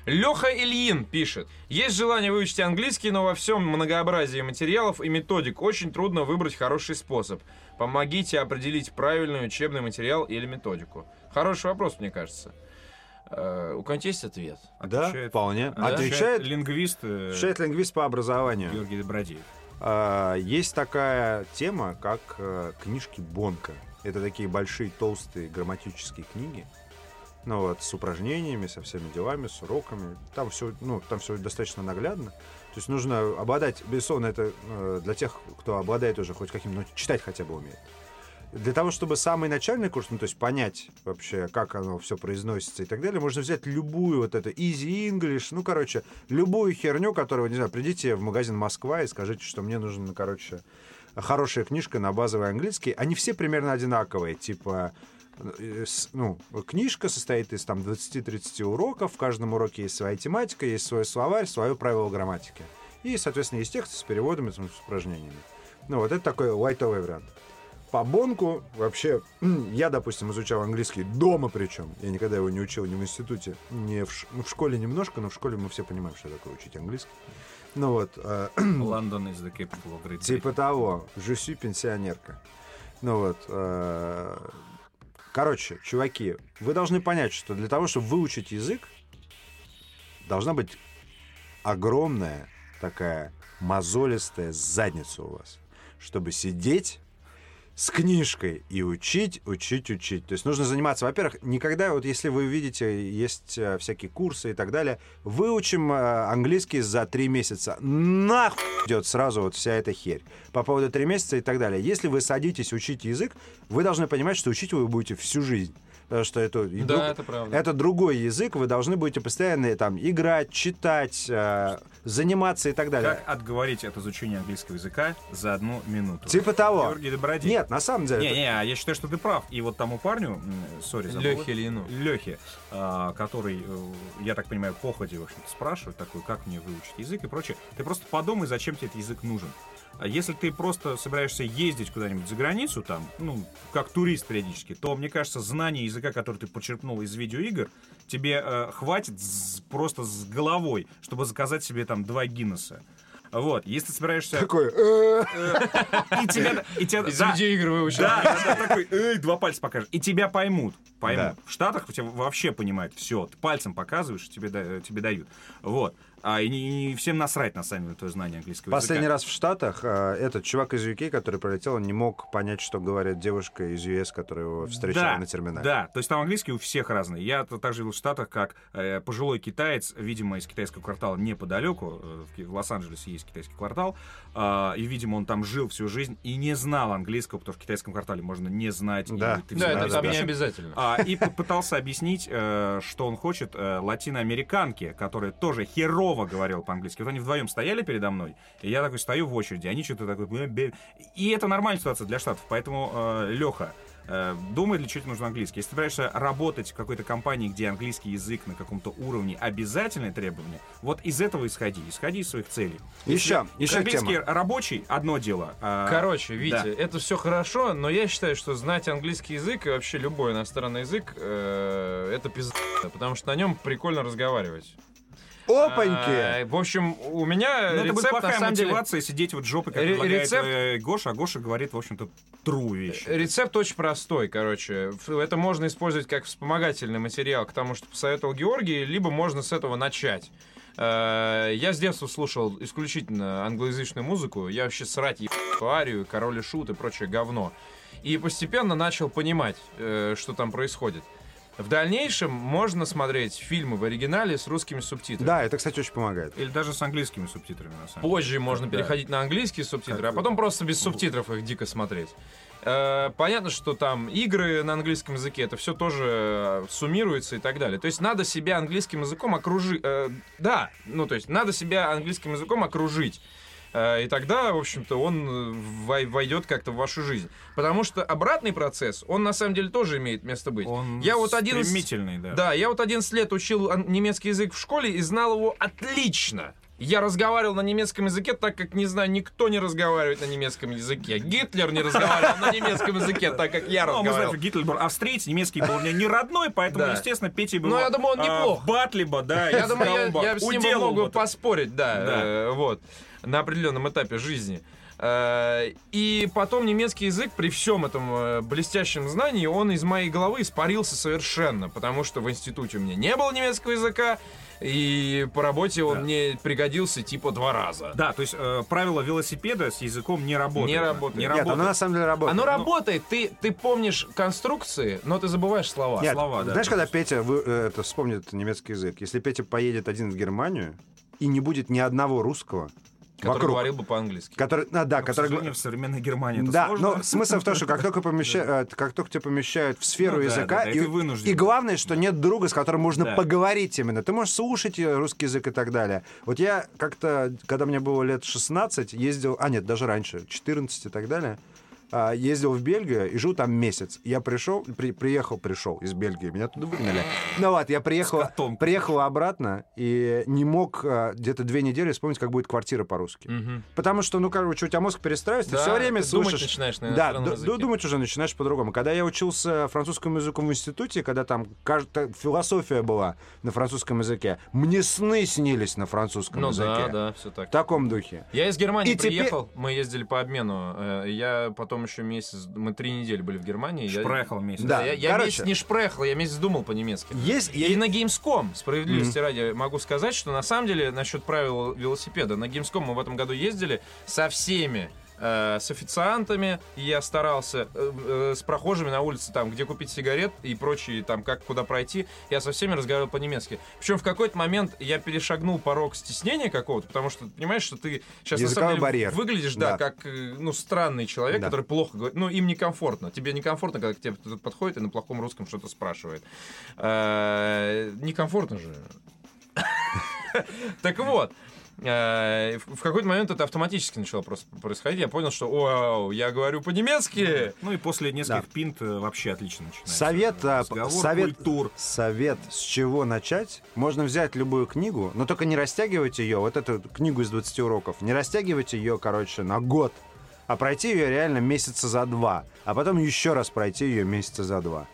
Леха Ильин пишет. Есть желание выучить английский, но во всем многообразии материалов и методик очень трудно выбрать хороший способ. Помогите определить правильный учебный материал или методику. Хороший вопрос, мне кажется. Э, У кого-нибудь есть ответ?
Да,
Отвечает-
вполне.
Отвечает
Отвечает,
лингвист э,
отвечает лингвист по образованию.
Георгий Добродеев.
А, есть такая тема, как э, книжки Бонка. Это такие большие, толстые грамматические книги. Ну вот, с упражнениями, со всеми делами, с уроками. Там все, ну, там все достаточно наглядно. То есть нужно обладать, безусловно, это э, для тех, кто обладает уже хоть каким-то, ну, читать хотя бы умеет. Для того, чтобы самый начальный курс, ну, то есть понять вообще, как оно все произносится и так далее, можно взять любую вот это Easy English, ну, короче, любую херню, которую, не знаю, придите в магазин Москва и скажите, что мне нужен, ну, короче, хорошая книжка на базовый английский. Они все примерно одинаковые, типа э, с- ну, книжка состоит из там 20-30 уроков, в каждом уроке есть своя тематика, есть свой словарь, свое правило грамматики. И, соответственно, есть текст с переводами, с упражнениями. Ну, вот это такой лайтовый вариант. По бонку вообще, м, я, допустим, изучал английский дома причем. Я никогда его не учил ни в институте, ни в, ш- ну, в школе немножко, но в школе мы все понимаем, что такое учить английский. Ну вот, э,
Лондон из The Capital of Great
Типа
Britain.
того. Жюси пенсионерка. Ну вот. э, Короче, чуваки, вы должны понять, что для того, чтобы выучить язык, должна быть огромная такая мозолистая задница у вас, чтобы сидеть с книжкой и учить, учить, учить. То есть нужно заниматься, во-первых, никогда, вот если вы видите, есть э, всякие курсы и так далее, выучим э, английский за три месяца. Нахуй идет сразу вот вся эта херь. По поводу три месяца и так далее. Если вы садитесь учить язык, вы должны понимать, что учить вы будете всю жизнь. Потому что это... и друг-
это правда.
это другой язык, вы должны будете постоянно там играть, читать, э, заниматься и так далее.
Как отговорить от изучения английского языка за одну минуту?
Типа того.
Георгий Добродеев.
Нет, э, на самом деле.
Не,
это-
не, а я считаю, что ты прав. И вот тому парню, м, э, сори, забыл.
Лехе Ильину.
Лехе, а, который, э, я так понимаю, походе, в общем-то, спрашивает такой, как мне выучить язык и прочее. Ты просто подумай, зачем тебе этот язык нужен. А Если ты просто собираешься ездить куда-нибудь за границу, там, ну, как турист периодически, то, мне кажется, знание языка, который ты почерпнул из видеоигр, тебе э, хватит с- просто с головой, чтобы заказать себе там два Гиннесса. Вот, если ты собираешься...
Такой. «Э».
И тебя... И тебя
Из
да.
видеоигр выучил.
Да, да, да, а такой, «Эй, два пальца покажешь. И тебя поймут. Поймут.
Да.
В Штатах тебя вообще понимают. Все, ты пальцем показываешь, и тебе, да- тебе дают. Вот. А и, не- и всем насрать на самом деле твое знание английского
Последний
языка.
раз в Штатах э, этот чувак из UK, который пролетел, он не мог понять, что говорит девушка из US, которая его встречала
да,
на терминале.
Да, то есть там английский у всех разный. Я т- также жил в Штатах, как э, пожилой китаец, видимо, из китайского квартала неподалеку, э, в Ки- в, Лос-Анджелесе есть китайский квартал, а, и, видимо, он там жил всю жизнь и не знал английского, потому что в китайском квартале можно не знать. и
Да.
ты
Да,
всегда
это там не
обеспечен.
обязательно.
А, и попытался объяснить, э, что он хочет э, латиноамериканке, которая тоже херово говорила по-английски. Вот они вдвоем стояли передо мной, и я такой стою в очереди, они что-то такое... бе- бе. И это нормальная ситуация для Штатов, поэтому, Леха, думай, для чего тебе нужен английский. Если ты собираешься работать в какой-то компании, где английский язык на каком-то уровне обязательное требование, вот из этого исходи, исходи из своих целей.
Еще,
Если
еще
английский
тема.
рабочий — одно дело. а-
Короче, Витя,
Да.
это все хорошо, но я считаю, что знать английский язык и вообще любой иностранный язык э, это пизда, потому что на нем прикольно разговаривать.
Опаньки!
А, в общем, у меня
Ну, это будет
рецепт на
плохая
самом деле.
мотивация сидеть вот жопой, как
Ре-
предлагает
рецепт- Э,
э, Гоша, а Гоша говорит, в общем-то, тру вещи.
Рецепт очень простой, короче. Ф- Это можно использовать как вспомогательный материал к тому, что посоветовал Георгий, либо можно с этого начать. Э, Я с детства слушал исключительно англоязычную музыку. Я вообще срать ебаную арию, король и шут и прочее говно. И постепенно начал понимать, э, что там происходит. В дальнейшем можно смотреть фильмы в оригинале с русскими субтитрами.
Да, это, кстати, очень помогает.
Или даже с английскими субтитрами, на самом деле.
Позже можно
Да.
переходить на английские субтитры, а
Как
потом
бы.
просто без субтитров их дико смотреть. Э, Понятно, что там игры на английском языке, это все тоже э, суммируется и так далее. То есть надо себя английским языком окружить. Да, ну то есть надо себя английским языком окружить. Э, И тогда, в общем-то, он э, вой- войдет как-то в вашу жизнь. Потому что обратный процесс, он на самом деле тоже имеет место быть.
Он
Я вот 11
стремительный, да.
Да, я вот 11 лет учил ан- немецкий язык в школе и знал его отлично. Я разговаривал на немецком языке, так как, не знаю, никто не разговаривает на немецком языке. Гитлер не разговаривал на немецком языке, так как я
Ну, мы знаем,
разговаривал.
что Гитлер был австриец, немецкий был у меня не родной, поэтому,
Да.
естественно, Петя был...
Но я думаю, он неплох.
Батлиба, да,
Я
из
думаю, я- я,
Даунбаха.
с ним
Уделал
могу
бы ты.
поспорить, да,
Да.
э, вот, на определенном этапе жизни. Э, И потом немецкий язык при всем этом э, блестящем знании, он из моей головы испарился совершенно, потому что в институте у меня не было немецкого языка, и по работе он
Да.
мне пригодился типа два раза.
Да, то есть э, правило велосипеда с языком не работает.
Не работает.
Не
Нет,
Нет,
работает.
оно на самом деле работает. Ну,
Оно работает, ты, ты помнишь конструкции, но ты забываешь слова.
Нет,
слова, да,
знаешь, когда Петя вы- э, это вспомнит немецкий язык, если Петя поедет один в Германию и не будет ни одного русского
который
вокруг,
говорил бы по-английски.
который, а, да,
К
который,
сожалению, в современной Германии это
да,
сложно.
но смысл в том, что как только помеща- э, как только тебя помещают в сферу
Ну да,
языка,
да, да, и
и,
ты вынужден.
и главное, что нет друга, с которым можно
Да.
поговорить именно. Ты можешь слушать э, русский язык и так далее. Вот я как-то, когда мне было лет 16, ездил, а нет, даже раньше, 14 и так далее, а, ездил в Бельгию и жил там месяц. Я пришел, при- приехал, пришел из Бельгии, меня туда выгнали. Ну вот, я приехал,
С котом.
приехал обратно и не мог э, где-то две недели вспомнить, как будет квартира по-русски.
Мгм.
Потому что, ну, короче, у тебя мозг перестраивается,
Да,
ты все время
ты думать
слушаешь...
начинаешь на
да,
иностранном
ду-
языке.
думать уже начинаешь по-другому. Когда я учился французскому языку в институте, когда там кажд- та- философия была на французском языке, мне сны снились на французском
Ну
языке.
да, да, все так.
В таком духе.
Я из Германии
И теперь-
приехал, мы ездили по обмену. э, Я потом еще месяц, мы три недели были в Германии. я-
Шпрехал месяц.
Да.
Да, я, я
короче.
месяц не шпрехал, я месяц думал по-немецки.
Есть...
И на Gamescom, справедливости ради, могу сказать, что на самом деле насчет правил велосипеда. На Gamescom мы в этом году ездили со всеми э, с официантами, и я старался, э, э, с прохожими на улице, там, где купить сигарет и прочие, там, как куда пройти, я со всеми разговаривал по-немецки. Причем в какой-то момент я перешагнул порог стеснения какого-то, потому что, ты понимаешь, что ты сейчас на самом
Языковой
деле
барьер.
выглядишь, да,
Да.
как, э, ну, странный человек,
Да.
который плохо говорит, ну, им некомфортно, тебе некомфортно, когда к тебе кто-то подходит и на плохом русском что-то спрашивает. Э, Некомфортно же. Так вот, э, в в какой-то момент это автоматически начало просто происходить. Я понял, что «Вау, я говорю по-немецки!»
Ну и после нескольких
Да.
пинт э, вообще отлично начинается.
Совет, а,
Разговор,
совет,
культур.
совет, с чего начать. Можно взять любую книгу, но только не растягивать ее, вот эту книгу из 20 уроков, не растягивать ее, короче, на год, а пройти ее реально месяца за два, а потом еще раз пройти ее месяца за два.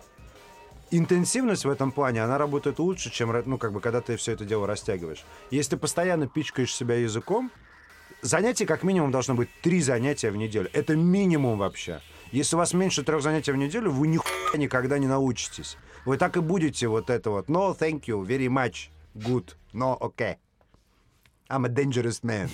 Интенсивность в этом плане, она работает лучше, чем, ра- ну, как бы, когда ты все это дело растягиваешь. Если ты постоянно пичкаешь себя языком, занятий как минимум должно быть три занятия в неделю. Это минимум вообще. Если у вас меньше трех занятий в неделю, вы нихуя никогда не научитесь. Вы так и будете вот это вот. No, thank you, very much, good, no, okay. I'm a dangerous man.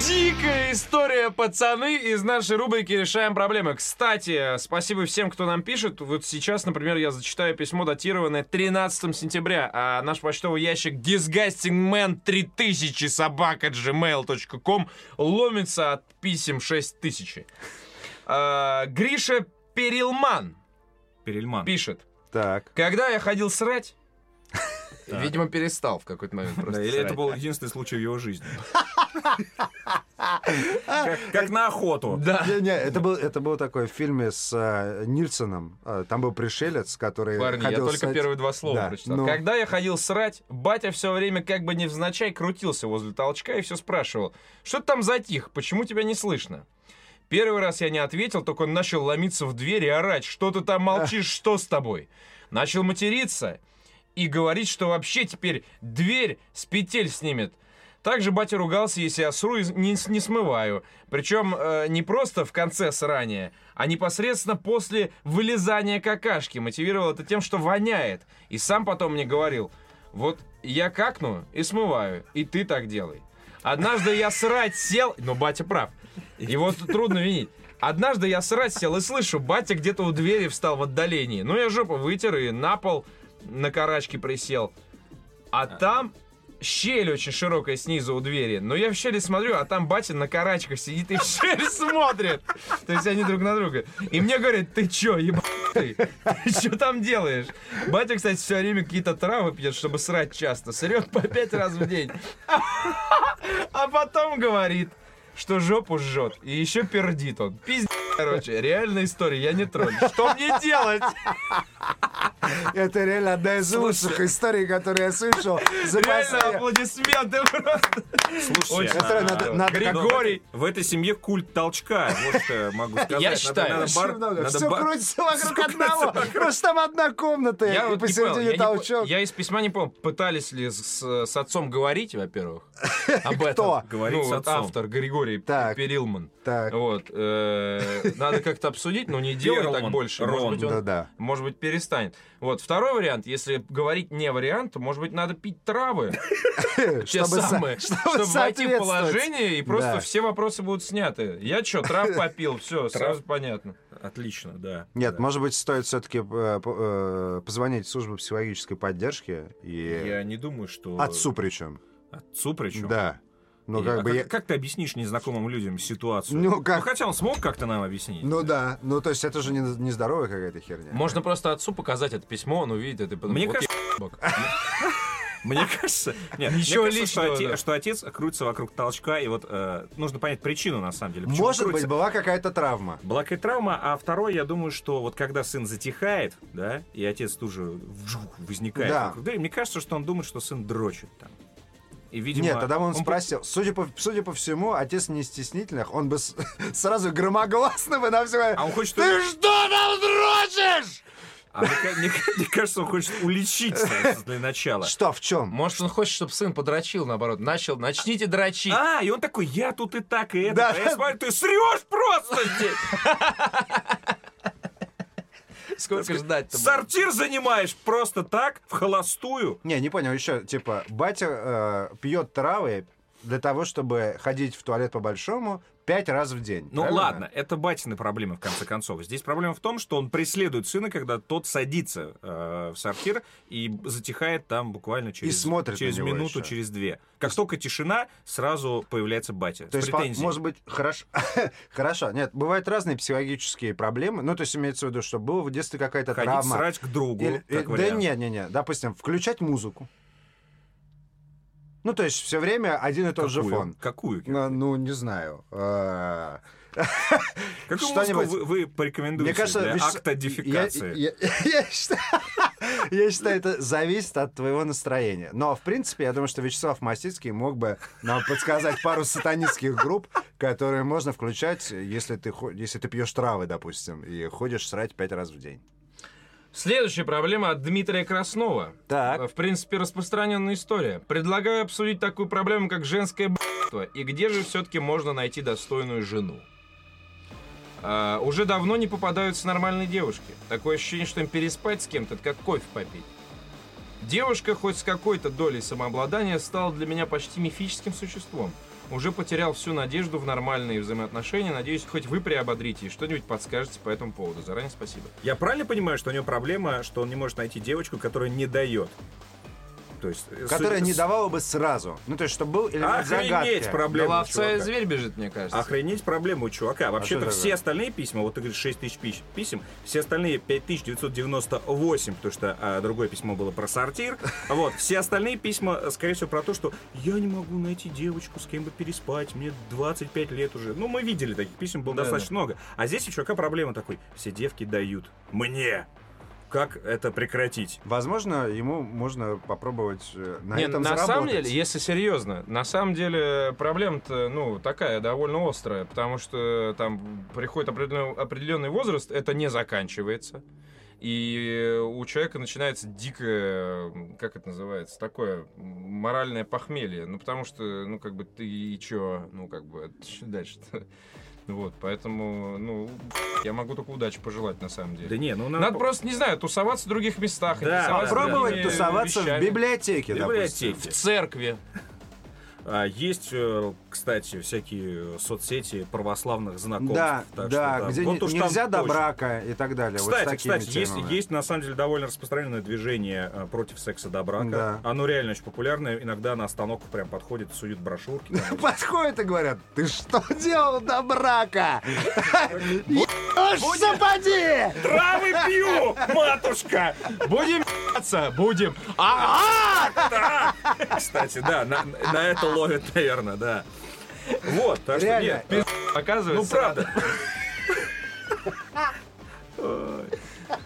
Дикая история, пацаны, из нашей рубрики «Решаем проблемы». Кстати, спасибо всем, кто нам пишет. Вот сейчас, например, я зачитаю письмо, датированное 13 сентября. А наш почтовый ящик disgustingman3000 собака gmail.com ломится от писем 6000. А, Гриша Перелман
Перельман.
пишет.
Так.
Когда я ходил срать,
Так.
видимо, перестал в какой-то момент
Да,
просто
или
срать.
это был единственный случай в его жизни. Как как на охоту.
Да.
Не, не, это был это был такой в фильме с э, Нильсоном. Э, Там был пришелец, который
Парни, я
ходил
только
ссать.
первые два слова
Да,
прочитал.
ну.
Когда я ходил срать, батя все время как бы невзначай крутился возле толчка и все спрашивал. Что ты там затих? Почему тебя не слышно? Первый раз я не ответил, только он начал ломиться в дверь и орать. Что ты там молчишь? Что с тобой? Начал материться и говорить, что вообще теперь дверь с петель снимет. Также батя ругался, если я сру и не, не смываю. Причем э, не просто в конце срания, а непосредственно после вылезания какашки. Мотивировал это тем, что воняет. И сам потом мне говорил, Вот я какну и смываю, и ты так делай. Однажды я срать сел, но батя прав. Его тут трудно винить. Однажды я срать сел и слышу, батя где-то у двери встал в отдалении. Ну, я жопу вытер и на пол на карачки присел. А там щель очень широкая снизу у двери. Но я в щели смотрю, а там батя на карачках сидит и в щель смотрит. То есть они друг на друга. И мне говорят, ты чё, ебатый? Ты чё там делаешь? Батя, кстати, все время какие-то травы пьет, чтобы срать часто. Срет по пять раз в день. А потом говорит, что жопу жжет. И еще пердит он. Пиздец, короче. Реальная история, я не тролль. Что мне делать?
Это реально одна из лучших историй, которые я слышал. за
Реально
последнее-
аплодисменты просто.
Слушайте,
Очень
а,
Это надо-
а,
надо как-
Григорий.
в этой семье культ толчка, вот что я могу сказать.
Я
Надо-
считаю,
надо
Вообще
бар-
много.
надо
Все
бар-
крутится вокруг одного. Просто там одна комната
Я
и
вот не понял, я
посередине
не по-
толчок.
я из письма не понял, пытались ли с, с отцом говорить, во-первых, об этом.
Кто?
Говорить
ну,
с
вот
отцом.
автор Григорий
Так.
Перилман.
Так.
Вот. э, надо как-то обсудить, но не делай так
Перлман,
больше. Может
Рон.
быть, он-
Да-да.
может быть, перестанет. Вот, второй вариант, если говорить не вариант, то, может быть, надо пить травы, те
Чтобы со-
самые,
чтобы
чтобы войти в
соответствовать.
положение, и просто
Да.
все вопросы будут сняты. Я что, трав попил, все, сразу понятно.
Отлично, да.
Нет,
Да.
может быть, стоит все-таки э, позвонить в службу психологической поддержки и
Я не думаю, что...
отцу причем.
Отцу причем?
Да. Ну,
И-
как
а
бы
как,
я-
как ты объяснишь незнакомым людям ситуацию?
Ну, как-
хотя он смог как-то нам объяснить.
Ну да. Ну, то есть это же не, не здоровая какая-то херня.
Можно просто отцу показать это письмо, он увидит это и подумает,
Мне
«Вот
кажется-
ебок».
Ну, Мне кажется, нет,
Ничего
мне кажется,
личного,
что, оте-
да.
что отец крутится вокруг толчка, и вот э, нужно понять причину на самом деле. почему
Может быть,
крутится.
была какая-то травма.
Была какая-то травма, а второй, я думаю, что вот когда сын затихает, да, и отец тут же вжух возникает,
Да.
вокруг двери, мне кажется, что он думает, что сын дрочит там. И, видимо,
Нет, тогда бы он
по-
спросил. Судя, по, судя по всему, отец не из стеснительных, он бы с- сразу громогласно бы на все...
А он хочет...
Ты что там дрочишь?
А мне, ка- мне ка- мне кажется, он хочет уличить сразу для начала.
Что, в чем?
Может, он хочет, чтобы сын подрочил, наоборот. Начал, начните дрочить.
А, и он такой, я тут и так, и это.
Да.
А я смотрю, ты срешь просто здесь.
Сколько ждать-то? будет?
Сортир занимаешь просто так, в холостую.
Не, не понял, еще, типа, батя э, пьет травы для того, чтобы ходить в туалет по-большому пять раз в день.
Ну
правильно?
ладно, это батины проблемы, в конце концов. Здесь проблема в том, что он преследует сына, когда тот садится э, в сортир и затихает там буквально через,
смотрит на
через
него
минуту,
еще.
через две. Как только тишина, сразу появляется батя.
То
с
есть, по-
претензией.
может быть, хорошо. хорошо. Нет, бывают разные психологические проблемы. Ну, то есть имеется в виду, что было в детстве какая-то
Ходить
травма.
срать к другу.
Или-
как
э, да
вариант.
не, не, не. Допустим, включать музыку. Ну, то есть все время один и тот же
Какую?
фон.
Какую?
Ну, ну, не знаю. Э,
Какую музыку
Что-нибудь.
вы, вы порекомендуете для
видишь,
акта дефекации?
Я, я- я считаю, я считаю, это зависит от твоего настроения. Но, в принципе, я думаю, что Вячеслав Мастицкий мог бы нам подсказать пару сатанинских групп, которые можно включать, если ты, хо- если ты пьешь травы, допустим, и ходишь срать пять раз в день.
Следующая проблема от Дмитрия Краснова.
Так.
Э,
Э,
В принципе, распространенная история. Предлагаю обсудить такую проблему, как женское б***ство. И где же все-таки можно найти достойную жену? А, уже давно не попадаются нормальные девушки. Такое ощущение, что им переспать с кем-то, это как кофе попить. Девушка хоть с какой-то долей самообладания стала для меня почти мифическим существом. Уже потерял всю надежду в нормальные взаимоотношения. Надеюсь, хоть вы приободрите и что-нибудь подскажете по этому поводу. Заранее спасибо.
Я правильно понимаю, что у него проблема, что он не может найти девочку, которая не дает? То есть, э,
Которая
судя-
не давала бы сразу. Ну, то есть, чтобы был элемент
Охренеть
загадки.
проблема.
Да
у
ловца и
чувака.
зверь бежит, мне кажется.
Охренеть проблему у чувака. Вообще-то
что
все
такое?
остальные письма, вот ты говоришь 6 тысяч пис- писем, все остальные 5998, потому что а, другое письмо было про сортир. Вот, все остальные письма, э, скорее всего, про то, что я не могу найти девочку, с кем бы переспать, мне 25 лет уже. Ну, мы видели таких писем, было
Да,
достаточно много. А здесь у чувака проблема такой, все девки дают мне. Как это прекратить?
Возможно, ему можно попробовать э, на
Не,
этом
на самом
заработать.
деле, если серьезно, на самом деле проблема-то, ну, такая довольно острая, потому что там приходит определен- определенный возраст, это не заканчивается. И у человека начинается дикое, м, как это называется, такое м, моральное похмелье. Ну, потому что, ну, как бы ты и чё, ну, как бы, чё дальше-то? Вот, поэтому, ну, я могу только удачи пожелать, на самом деле.
Да не, ну
Надо просто, не знаю, тусоваться в других местах.
Да,
интересоваться
Попробовать
другими
тусоваться в
вещами.
библиотеке, допустим.
библиотеки.
В церкви.
А есть, э, кстати, всякие соцсети православных знакомств.
Да,
так
да,
что там-
где
вот
не-
уж там
нельзя до
точно.
брака и так далее. вот с
Кстати,
такими
кстати, есть,
темами.
есть на самом деле довольно распространенное движение э, против секса до брака.
Да.
Оно реально очень популярное. Иногда на остановку прям подходит, суют брошюрки. там.
Подходят и говорят, ты что делал до брака? Ешь сапоги!
Травы пью, матушка!
Будем пи***ться, будем. А,
Кстати, да, на, на это ловят, наверное, да. Вот, так что
Реально.
нет,
пи***,
ну
оказывается.
правда. Ой.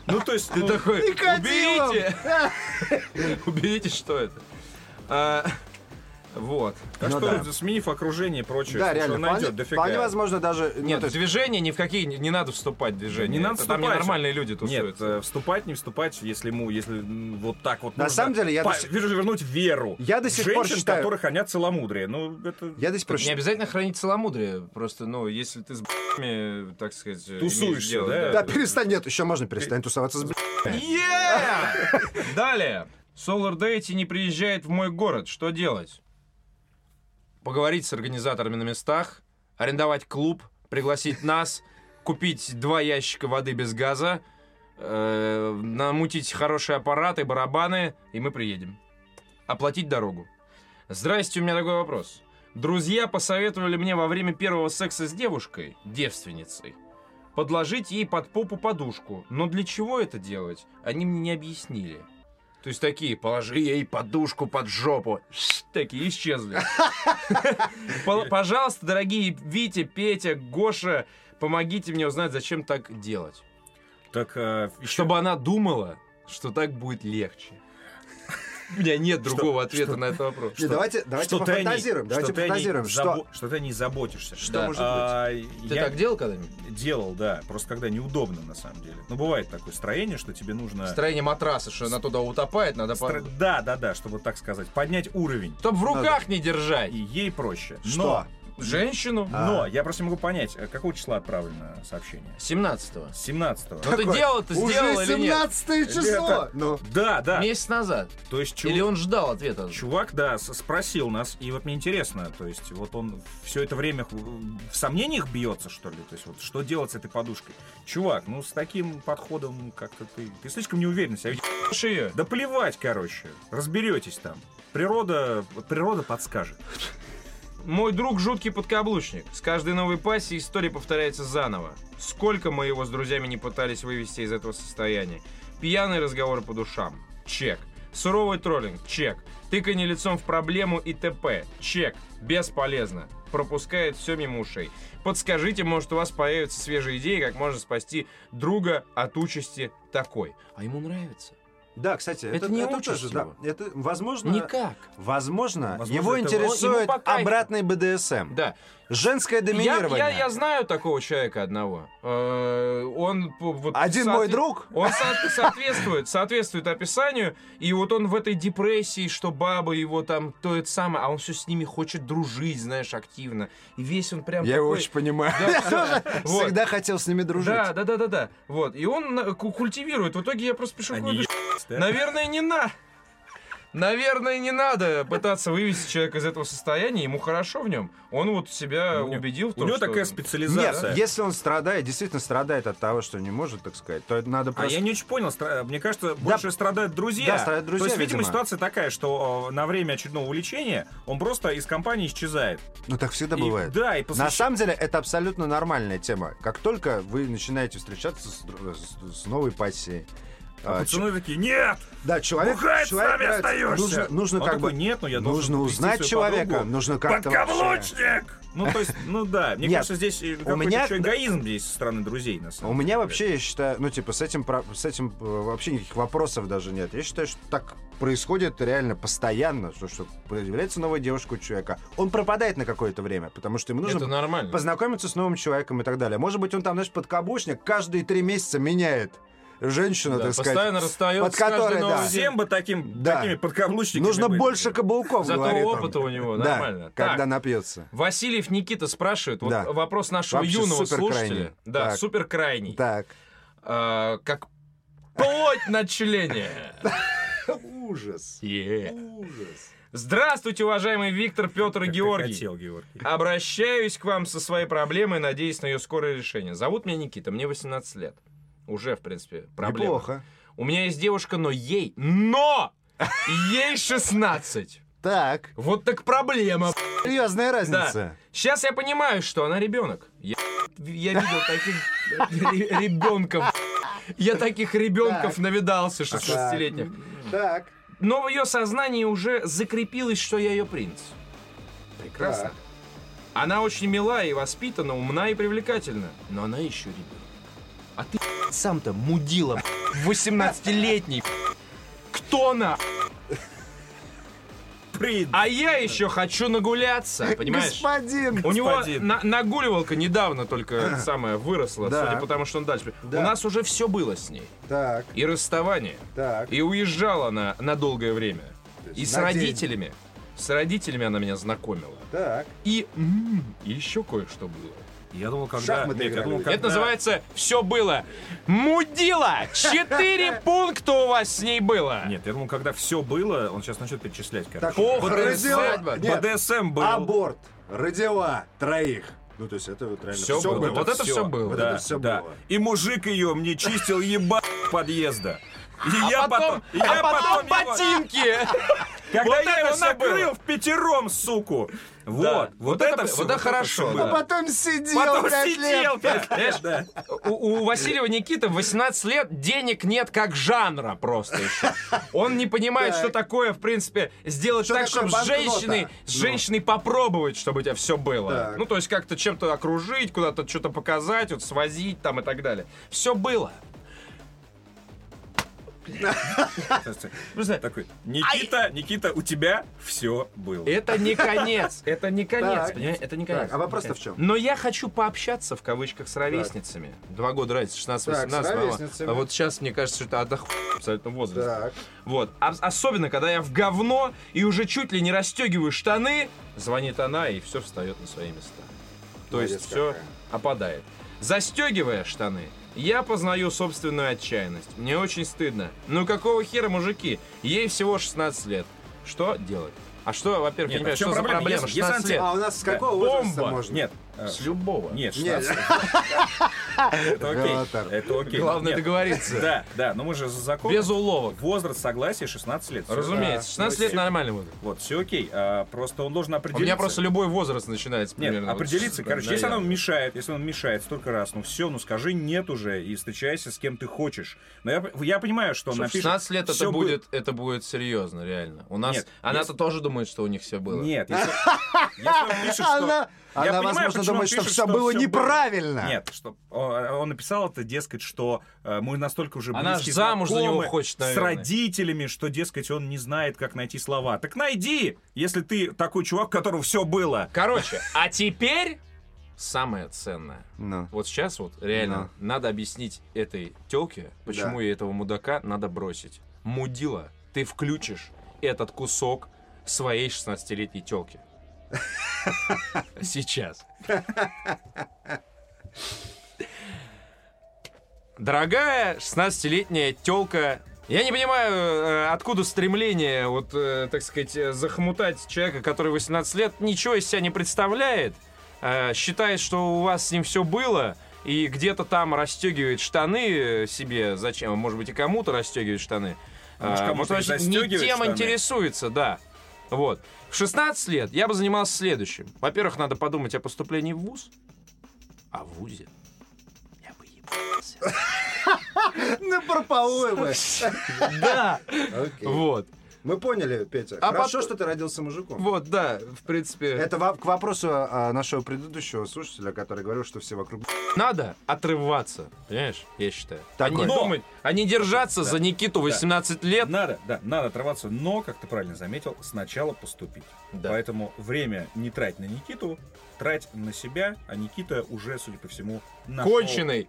Ну, то есть,
Ты
ну,
такой,
Никодимом!»
уберите. Уберите, что это. А, Вот.
так
ну
а что,
да.
сменив окружение и прочее,
Да,
слушай,
реально,
он
вполне,
найдет дофига.
вполне возможно даже... ну,
Нет,
то есть
движение ни в какие не- не надо вступать в движение.
Не надо
Это Там
вступать.
ненормальные люди
Нет,
тусуются.
э, вступать, не вступать, если ему, если м, вот так вот.
На
нужно
самом деле, я
по-
до сих-
вижу, вернуть веру.
Я до сих пор
Женщин,
считаю-
которые хранят целомудрие. Ну, это...
Я до сих пор
Не обязательно хранить целомудрие. Просто, ну, если ты с б***ми, так сказать, имеешь
Тусуешься,
дело,
да?
Да, перестань, нет, еще можно перестань тусоваться с б***ь.
Yeah! Далее. Solar Deity не приезжает в мой город. Что делать? Поговорить с организаторами на местах, арендовать клуб, пригласить нас, купить два ящика воды без газа, э, намутить хорошие аппараты, барабаны, и мы приедем. Оплатить дорогу. Здрасте, у меня такой вопрос. Друзья посоветовали мне во время первого секса с девушкой, девственницей, подложить ей под попу подушку. Но для чего это делать, они мне не объяснили. То есть такие, положи ей подушку под жопу. Шш, Такие исчезли. Пол- Пожалуйста, дорогие Витя, Петя, Гоша, помогите мне узнать, зачем так делать.
Так, э, еще-
Чтобы она думала, что так будет легче. У меня нет другого ответа на этот вопрос.
Не, Давайте, давайте
что ты о ней-
пофантазируем, давайте
что ты о ней
пофантазируем, что...
забо- Что ты не заботишься.
Что
Да.
может быть?
А,
Ты
я
так делал когда-нибудь?
делал, да. Просто когда неудобно, на самом деле. Ну, бывает такое строение, что тебе нужно...
Строение матраса, что она туда утопает, надо...
Стро-
под-
Да, да, да, чтобы так сказать. Поднять уровень.
Чтоб в руках не держать.
И ей проще.
Что?
Женщину?
Но, но я просто не могу понять, э, какого числа отправлено сообщение?
17-го.
17
Ну ты
Такой,
делал-то, сделал
Уже
или нет?
17 число!
Ребята.
Ну,
Да, да.
Месяц назад.
То есть чувак,
Или он ждал ответа?
чувак, да, с- спросил нас, и вот мне интересно, то есть вот он все это время в- в сомнениях бьется, что ли? То есть вот что делать с этой подушкой? Чувак, ну с таким подходом как-то ты... Ты слишком не уверен в себе.
Слушай ее.
Да плевать, короче, разберетесь там. Природа, природа подскажет.
Мой друг жуткий подкаблучник. С каждой новой пассией история повторяется заново. Сколько мы его с друзьями не пытались вывести из этого состояния. Пьяные разговоры по душам. Чек. Суровый троллинг. Чек. Тыканье лицом в проблему и т.п. Чек. Бесполезно. Пропускает все мимо ушей. Подскажите, может, у вас появятся свежие идеи, как можно спасти друга от участи такой. А ему нравится.
да, кстати,
Это
это,
не
это
участь
тоже, да.
его.
Это, возможно,
Никак.
возможно,
Возможно,
его
это-
Ему
интересует
по кайфу.
обратный БДСМ.
Да.
Женское
Я,
доминирование.
я, я знаю такого человека одного. Э, Он по- вот
Один
соотве-
мой друг?
Он со- соответствует, соответствует описанию, и вот он в этой депрессии, что бабы его там то это самое, а он все с ними хочет дружить, знаешь, активно. И весь он прям.
Я его
такой-
очень понимаю.
Да,
Я тоже
вот.
всегда хотел с ними дружить.
Да, да, да, да, да. Вот и он на- ку- культивирует. В итоге я просто пишу
Они
какую-то
ебались, да?
Наверное, не на. Наверное, не надо пытаться вывести человека из этого состояния. Ему хорошо в нем. Он вот себя
У него-
э, убедил в
У
том,
него
что-
такая
Нет,
специализация.
если он страдает, действительно страдает от того, что не может, так сказать, то это надо
А
просто...
я не очень понял, стра- мне кажется, больше страдают друзья.
Да, страдают друзья,
То есть, видимо,
видимо.
ситуация такая, что э, на время очередного увлечения он просто из компании исчезает.
Ну так всегда
И-
бывает.
да, и
На
посвящ-
самом деле это абсолютно нормальная тема. Как только вы начинаете встречаться с, дру- с- с новой пассией,
А
а, чё-
пацаны такие, нет!
да, человек,
бухает, с
человек
нами
нравится.
остаешься!»
нужно, нужно
Он
как
такой,
бы
«Нет, ну я должен
нужно
подвести
узнать
свою
человека,
подругу».
нужно как-то вообще.
Подкаблучник! Ну, то есть, ну да, мне
Нет,
кажется, здесь э, какой-то
меня-
еще эгоизм здесь со стороны друзей, на
У
самом
меня
деле.
вообще, я считаю, ну типа с этим про- с этим э, вообще никаких вопросов даже нет. Я считаю, что так происходит реально постоянно, что, что появляется новая девушка у человека, он пропадает на какое-то время, потому что ему нужно
Это нормально.
познакомиться с новым человеком и так далее. Может быть, он там, знаешь, подкаблучник каждые три месяца меняет женщину,
Да,
так сказать.
постоянно расстается
под
с каждой
которой,
новой
да.
девушкой.
Всем бы таким,
Да.
такими подкаблучниками
Нужно
быть.
больше каблуков,
Зато
говорит он.
опыта у него
Да,
нормально.
когда
Так.
напьется.
Васильев Никита спрашивает, вот
Да.
вопрос нашего
Вообще
юного
суперкрайний.
слушателя. Да,
Так.
супер крайний. А,
Так.
как плоть на члене.
Ужас. Ужас.
Здравствуйте, уважаемый Виктор, Петр и
Как ты
Георгий.
хотел, Георгий.
Обращаюсь к вам со своей проблемой, надеюсь на ее скорое решение. Зовут меня Никита, мне 18 лет. Уже, в принципе, проблема.
Неплохо.
У меня есть девушка, но ей... Но! Ей 16.
Так.
Вот так проблема.
Серьезная разница.
Сейчас я понимаю, что она ребенок. Я, я видел таких ре- ребенков. Я таких ребенков
Так.
навидался 16-летних.
Так.
Но в ее сознании уже закрепилось, что я ее принц. Прекрасно.
Так.
Она очень мила и воспитана, умна и привлекательна. Но она еще ребенок. А ты блядь, сам-то мудила, блядь, 18-летний. блядь. Кто она?
Принц.
А я еще хочу нагуляться, понимаешь?
Господин.
У него
Господин.
на- нагуливалка недавно только самая выросла,
Да.
судя по тому, что он дальше.
Да.
У нас уже все было с ней.
Так,
И расставание.
так.
И уезжала она на долгое время. И с
на день.
родителями. С родителями она меня знакомила.
Так.
И м, еще кое-что было.
Я думал, когда... Нет,
шахматы
я
играли.
думал,
Это
когда...
Это называется «Все было». Мудила! Четыре пункта у вас с ней было!
Нет, я думал, когда все было, он сейчас начнет перечислять, короче.
Так,
Похороны,
родила-
свадьба.
Нет, А
БДСМ был.
Аборт. Родила троих. Ну, то есть это вот реально...
Все,
всё
было. Вот это
всё.
все было.
Вот
Да,
это всё
да.
было.
И мужик ее мне чистил ебать подъезда. И
А
я
потом,
потом, и я
а потом,
потом его-
ботинки!
когда
Вот
я
это
его
всё было.
накрыл в пятером, суку. Вот, вот,
Вот это-
это, все.
вот это хорошо, да.
А потом сидел
Потом
пять лет.
сидел пять лет.
Знаешь,
да.
У, у Васильева Никита 18 лет, денег нет как жанра просто еще. Он не понимает,
Так.
что такое, в принципе, сделать
Что
так,
такое
чтобы с женщиной,
банкнота?
Ну.
с женщиной попробовать, чтобы у тебя все было.
Так.
Ну, то есть как-то чем-то окружить, куда-то что-то показать, вот свозить там и так далее. Все было. Просто
Такой, Никита, Никита, у тебя все было.
А Это не конец, это не конец,
Так.
понимаете? Это не
Так,
конец.
а вопрос-то
Не
в
конец.
чем?
Но я хочу пообщаться, в кавычках, с ровесницами. Два года разница, 16-18.
Так, с
мало.
ровесницами.
А вот сейчас, мне кажется, что это отдоху абсолютно возраст.
Так.
Вот. А- особенно, когда я в говно и уже чуть ли не расстегиваю штаны, звонит она и все встает на свои места. То
Молодец
есть все
какая.
опадает. Застегивая штаны, я познаю собственную отчаянность. Мне очень стыдно. Ну какого хера, мужики? Ей всего 16 лет. Что делать? А что, во-первых, я
Нет,
не понимаю,
а в чём
что за
проблема?
проблема?
Если- если
16 лет.
А у нас с
Да.
какого возраста
Бомба.
можно?
Нет, э,
С любого.
нет,
Нет.
16. Это окей.
Пётр.
Это окей.
Главное
Нет.
договориться.
Да, да, но мы же за закон.
Без уловок.
Возраст согласия 16 лет. Всё.
Разумеется,
Да.
16
Ну,
лет
всё.
нормальный возраст.
Вот, все окей. А, просто он должен
У
определиться.
меня просто любой возраст начинается
Нет,
примерно. вот
определиться,
с-
короче, если
наверное.
оно мешает, если он мешает столько раз, ну все, ну скажи нет уже и встречайся с кем ты хочешь. Но я, я понимаю, что он
Что в
напишет.
16 лет это
«Всё
будет, это будет серьезно, реально. У нас
Нет,
она-то
если-
тоже думает, что у них все
было».
было.
Нет, если, если он пишет, что...
Она,
Я
она
понимаю, почему
возможно,
он
думает, что
пишет,
все было
всё
неправильно.
Нет, что он он написал это, дескать, что э, мы настолько уже
Она
близки,
ж замуж за него
знакомы
хочет,
с
наверное.
родителями, что, дескать, он не знает, как найти слова. Так найди, если ты такой чувак, у которого все было.
Короче, а теперь самое ценное.
Ну.
Вот сейчас вот реально надо объяснить этой телке, почему
Да.
ей этого мудака надо бросить. Мудила, ты включишь этот кусок своей 16-летней телки. Сейчас. Дорогая 16-летняя телка, я не понимаю, э, откуда стремление, вот, э, так сказать, э, захомутать человека, который 18 лет, ничего из себя не представляет, э, считает, что у вас с ним все было, и где-то там расстегивает штаны э, себе, зачем, может быть, и кому-то расстегивает штаны.
А может,
Э,
кому-то и
вообще не
застёгивает
тем
штаны.
интересуется, да. Вот. В 16 лет я бы занимался следующим. Во-первых, надо подумать о поступлении в ВУЗ. А в ВУЗе я бы ебался.
Ну, пропалуй мы.
Да.
Окей.
Вот.
Мы поняли, Петя.
А
Хорошо,
пот-
что ты родился мужиком.
Вот, да, в принципе.
Это во- к вопросу а, нашего предыдущего слушателя, который говорил, что все вокруг...
Надо отрываться, понимаешь, я считаю. А не
Такое.
Но-
думать, а не держаться
Да.
за Никиту 18 лет.
Надо, да, надо отрываться, но, как ты правильно заметил, сначала поступить.
Да.
Поэтому время не трать на Никиту, трать на себя, а Никита уже, судя по всему, нашел...
Конченый.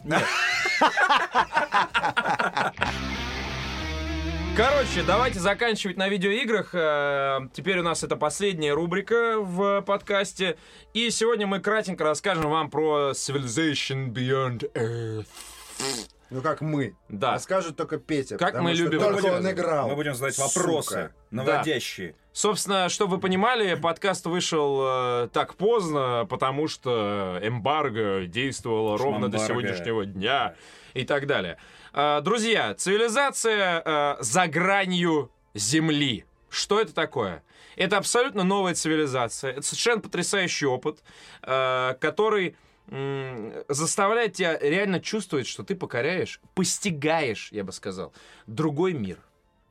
Короче, давайте заканчивать на видеоиграх. Э, Теперь у нас это последняя рубрика в подкасте. И сегодня мы кратенько расскажем вам про Civilization Beyond Earth.
Ну как мы.
Да.
А скажет только Петя.
Как
потому
мы
что
любим.
Только
Мы
он
будем-
играл.
Мы будем задать
Сука.
вопросы, наводящие.
Собственно, чтобы вы понимали, подкаст вышел э, так поздно, потому что эмбарго действовало ровно до
Шмамбарго.
сегодняшнего дня и так далее. Э, друзья, цивилизация э, за гранью Земли. Что это такое? Это абсолютно новая цивилизация. Это совершенно потрясающий опыт, э, который м, заставляет тебя реально чувствовать, что ты покоряешь, постигаешь, я бы сказал, другой мир.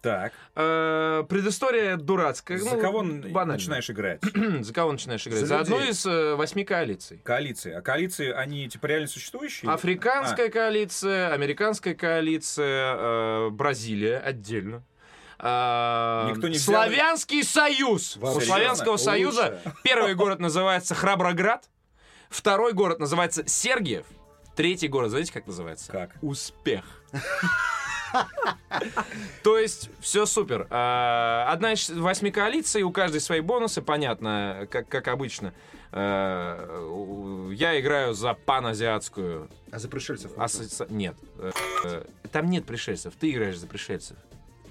Так.
Э, предыстория дурацкая.
За
ну,
кого н-
банально.
начинаешь играть?
За кого начинаешь играть?
За
За, одну
людей.
из э, восьми коалиций.
Коалиции. А коалиции, они типа реально существующие?
Африканская
А.
коалиция, американская коалиция, э, Бразилия отдельно. А,
Никто не взял
Славянский союз. У
Вообще
Славянского
лучше.
союза первый город называется Храброград, второй город называется Сергиев, третий город, знаете, как называется?
А, Как?
Успех. То есть, все супер. А, Одна из восьми коалиций, у каждой свои бонусы, понятно, как, как обычно. Э, у- Я играю за паназиатскую
А за пришельцев?
ассоци... Нет. Э, Там нет пришельцев, ты играешь за пришельцев.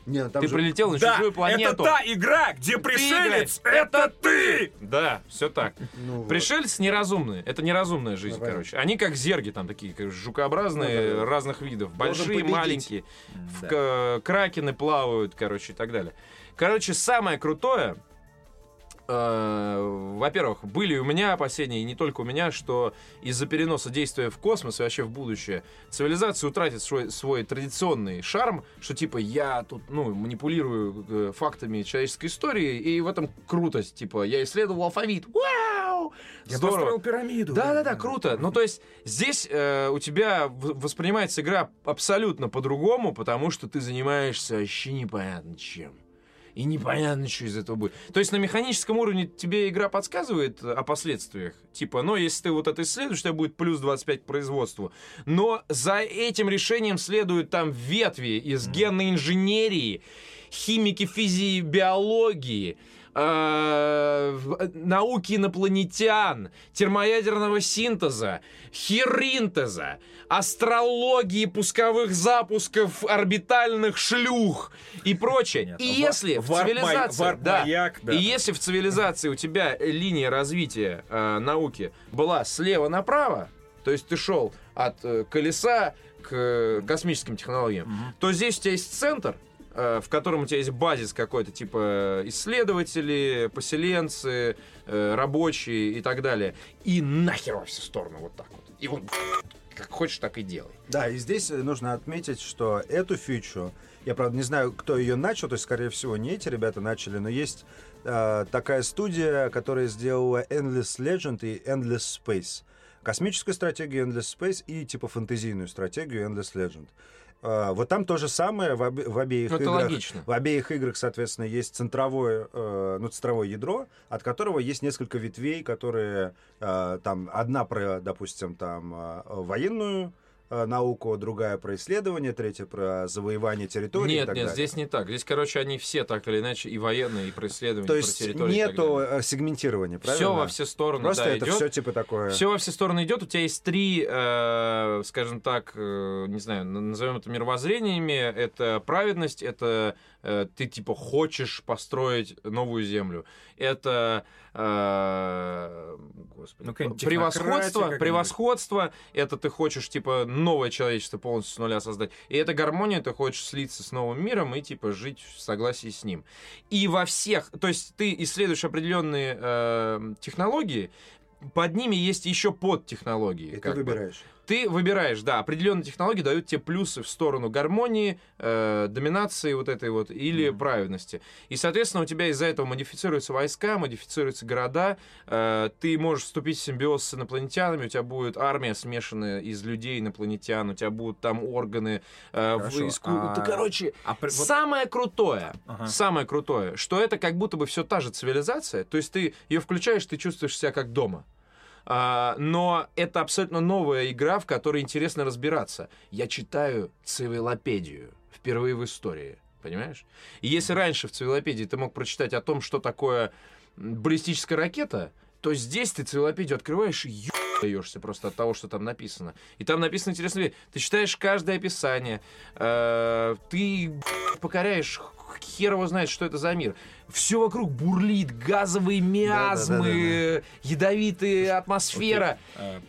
Не, ну там
ты
же-
прилетел на
Да,
чужую планету.
это та игра, где пришелец, это ты!
Да, все так.
Ну вот.
Пришельцы неразумные. Это неразумная жизнь,
Ну, понятно.
короче. Они как зерги там такие, как жукообразные,
Ну, да, да.
разных видов.
Должен
Большие,
победить.
маленькие. В к- кракены плавают, короче, и так далее. Короче, самое крутое, э, во-первых, были у меня опасения, и не только у меня, что из-за переноса действия в космос и вообще в будущее цивилизация утратит свой, свой традиционный шарм, что типа я тут, ну, манипулирую э, фактами человеческой истории, и в этом крутость, типа я исследовал алфавит, вау!
Я
Здорово.
построил пирамиду.
Да-да-да, круто. Ну, то есть здесь э, у тебя в- воспринимается игра абсолютно по-другому, потому что ты занимаешься вообще непонятно чем. И непонятно, что из этого будет. То есть на механическом уровне тебе игра подсказывает о последствиях. Типа, ну, если ты вот это исследуешь, у тебя будет плюс 25 к производству. Но за этим решением следуют там ветви из генной инженерии, химики, физии, биологии, э, в- науки инопланетян, термоядерного синтеза, херинтеза, астрологии пусковых запусков, орбитальных шлюх и прочее.
Понятно.
И
Ва-
если в
варп-май-
цивилизации... да,
варп-маяк, да.
и если в цивилизации у тебя линия развития э, науки была слева направо, то есть ты шел от э, колеса к э, космическим технологиям,
Мгм.
то здесь у тебя есть центр, э, в котором у тебя есть базис какой-то, типа исследователи, поселенцы, э, рабочие и так далее. И нахер во все стороны вот так вот. И вот как хочешь, так и делай.
Да, и здесь э, нужно отметить, что эту фичу, я правда не знаю, кто ее начал, то есть, скорее всего, не эти ребята начали, но есть э, такая студия, которая сделала Endless Legend и Endless Space. Космическую стратегию Endless Space и типа фэнтезийную стратегию Endless Legend. Э, вот там то же самое в, обе- в обеих
Ну, это
играх.
логично.
В обеих играх, соответственно, есть центровое, э, ну, центровое ядро, от которого есть несколько ветвей, которые э, там одна про, допустим, там э, военную э, науку, другая про исследование, третья про завоевание территории. и
Нет,
так
нет,
далее.
здесь не так. Здесь, короче, они все так или иначе и военные, и преследования,
То есть нету э, сегментирования, правильно?
Все во все стороны.
Просто
да,
это
идет.
все типа такое.
Все во все стороны идет. У тебя есть три, э, скажем так, э, не знаю, н- назовем это мировоззрениями. Это праведность, это э, ты типа хочешь построить новую землю. Это э, господи,
Ну, какая-нибудь технократия
превосходство,
какая-нибудь.
превосходство. Это ты хочешь типа новое человечество полностью с нуля создать. И это гармония, ты хочешь слиться с новым миром и типа жить в согласии с ним. И во всех, то есть ты исследуешь определенные э, технологии, под ними есть еще подтехнологии.
И ты
как бы.
выбираешь.
Ты выбираешь, да, определенные технологии дают тебе плюсы в сторону гармонии, э, доминации вот этой вот или
Мгм.
праведности. И, соответственно, у тебя из-за этого модифицируются войска, модифицируются города, э, ты можешь вступить в симбиоз с инопланетянами, у тебя будет армия смешанная из людей инопланетян, у тебя будут там органы, э, в
Хорошо,
иску-
а-
Да, короче,
А при- вот-
Самое крутое,
Ага.
самое крутое, что это как будто бы все та же цивилизация, то есть ты ее включаешь, ты чувствуешь себя как дома. А, но это абсолютно новая игра, в которой интересно разбираться. Я читаю цивилопедию впервые в истории. Понимаешь? И если раньше в Цивилопедии ты мог прочитать о том, что такое м, баллистическая ракета, то здесь ты Цивилопедию открываешь и даешься просто от того, что там написано. И там написано интересные вещи. Ты читаешь каждое описание, э, ты б***ь, покоряешь х- хер его знает, что это за мир. Все вокруг бурлит, газовые миазмы, ядовитая атмосфера.
Э,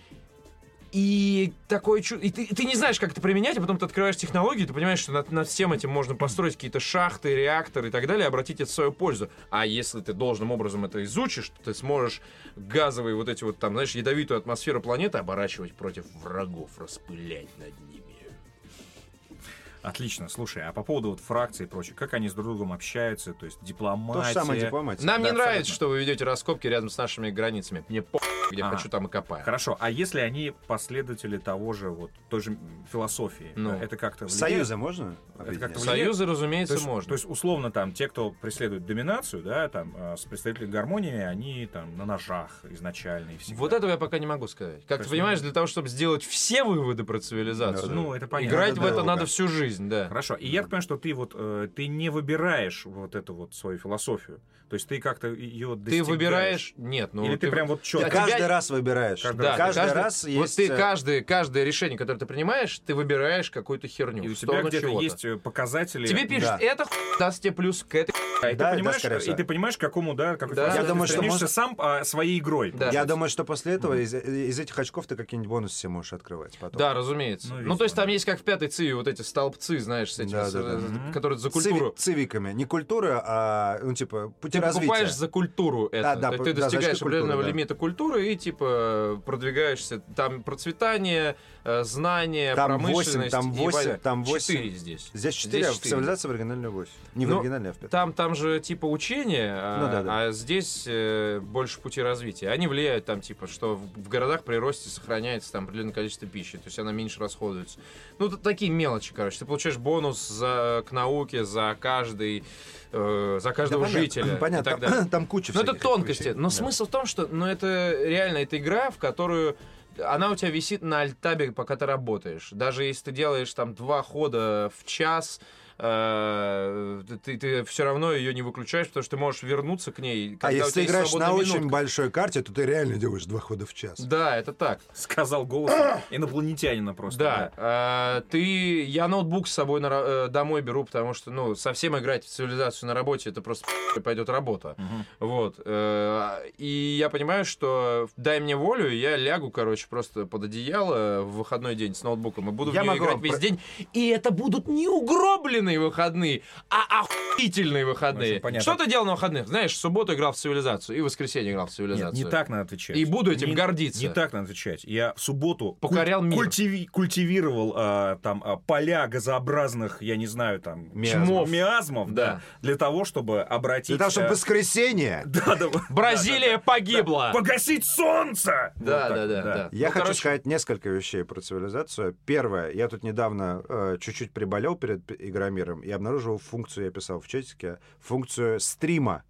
И такое чу- И ты, и ты не знаешь, как это применять, а потом ты открываешь технологию, ты понимаешь, что над, над всем этим можно построить какие-то шахты, реакторы и так далее, и обратить это в свою пользу. А если ты должным образом это изучишь, то ты сможешь газовые вот эти вот там, знаешь, ядовитую атмосферу планеты оборачивать против врагов, распылять над ними.
Отлично, слушай, а по поводу вот фракций и прочее, как они с друг другом общаются, то есть дипломатия...
То же самое дипломатия.
Нам
Да,
не нравится,
абсолютно.
что вы ведете раскопки рядом с нашими границами. Мне по где
Ага.
хочу, там и копаю.
А. Хорошо, а если они последователи того же, вот, той же м, философии,
Ну.
это как-то влияет?
Союзы можно? объединять?
как-то влияет?
Союзы, разумеется,
То есть,
можно.
то есть, условно, там, те, кто преследует доминацию, да, там, э, с представителями гармонии, они там на ножах изначально и всегда.
Вот этого я пока не могу сказать. Как
То
ты
есть,
понимаешь, для того, чтобы сделать все выводы про цивилизацию,
Ну, это понятно.
играть
Это
в это
долго.
надо всю жизнь, да.
Хорошо. И я так понимаю, что ты вот, э, ты не выбираешь вот эту вот свою философию. То есть, ты как-то ее
Ты выбираешь... Нет, ну...
Или ты, прям вот
Ты
тебя-
четко...
каждый раз выбираешь.
Каждый
Да, ты
каждый,
каждый-
раз
вот
есть...
ты
э,
каждый, каждое решение, которое ты принимаешь, ты выбираешь какую-то херню.
И у
в
тебя
сторону
где-то
чего-то.
есть э, показатели.
Тебе пишут,
Да.
это ху- даст тебе плюс к этой.
Да, и,
Да, да,
ты понимаешь,
скорее всего.
и ты понимаешь, к какому, да, какой
Да.
философии
Я
думаю,
ты
что
стремишься сам а, своей игрой.
Да.
Я
Кстати.
думаю, что после этого из, из этих очков ты какие-нибудь бонусы себе можешь открывать потом.
Да, разумеется.
Ну,
Ну,
видимо,
то есть там
да.
есть как в пятой циве вот эти столбцы, знаешь, с этими,
Да,
с-
да, да.
э,
Мгм.
которые за
Циви-
культуру.
цивиками. Не культура, а, ну, типа, пути
Ты
развития.
покупаешь за культуру это.
Да, да,
То есть ты
да, за счет
достигаешь
культуры,
определенного
да.
лимита культуры и типа продвигаешься. Там процветание, э, знания,
Там восемь,
промышленность.
там
и
восемь,
война.
там восемь.
Четыре здесь.
Здесь четыре, а в
четыре.
цивилизации в оригинальной 8. Не в
Ну,
оригинальной, а в пятой.
Там, там же типа учение, а,
Ну да, да.
а здесь э, больше пути развития. Они влияют там типа, что в, в городах при росте сохраняется там определенное количество пищи, то есть она меньше расходуется. Ну тут такие мелочи, короче. Ты получаешь бонус за, к науке за каждый, э, за
Да,
каждого
понятно,
жителя и
Понятно,
так далее.
там, там куча
Ну, это
всяких
тонкости.
вещей.
Но
Да.
смысл в том, что ну, это реально это игра, в которую она у тебя висит на альтабе, пока ты работаешь. Даже если ты делаешь там два хода в час, э, ты, все равно ее не выключаешь, потому что ты можешь вернуться к ней.
А
когда у
если ты
тебя есть
играешь на
свободная
очень
минутка.
большой карте, то ты реально делаешь два хода в час.
Да, это так.
Сказал голос инопланетянина просто.
да. А, ты, я ноутбук с собой на ра- э, домой беру, потому что, ну, совсем играть в цивилизацию на работе, это просто пойдет работа.
да. Мгм.
Вот. э, И я понимаю, что дай мне волю, я лягу, короче, просто под одеяло в выходной день с ноутбуком и буду
Я
в неё
могу
играть
вам
весь
про-
день. И это будут не угробленные выходные, а охуительные выходные.
Очень понятно.
Что ты делал на выходных? Знаешь, в субботу играл в цивилизацию и в воскресенье играл в
Нет,
цивилизацию.
не так надо отвечать.
И буду этим
Не-
гордиться.
Не так надо отвечать. Я в субботу куль-
Покорял мир.
культиви- культивировал а, там а, поля газообразных, я не знаю, там
Миазмов.
чмов, миазмов, да.
Да.
для того, чтобы обратить.
Для того, чтобы
э,
воскресенье...
да, да, да,
Бразилия погибла!
да. погасить солнце.
Да,
Вот
да,
так,
да, да.
Я
Ну,
хочу
короче-
сказать несколько вещей про цивилизацию. Первое, я тут недавно э, чуть-чуть приболел перед п- Игромиром и обнаружил функцию, я писал в чатике, функцию стрима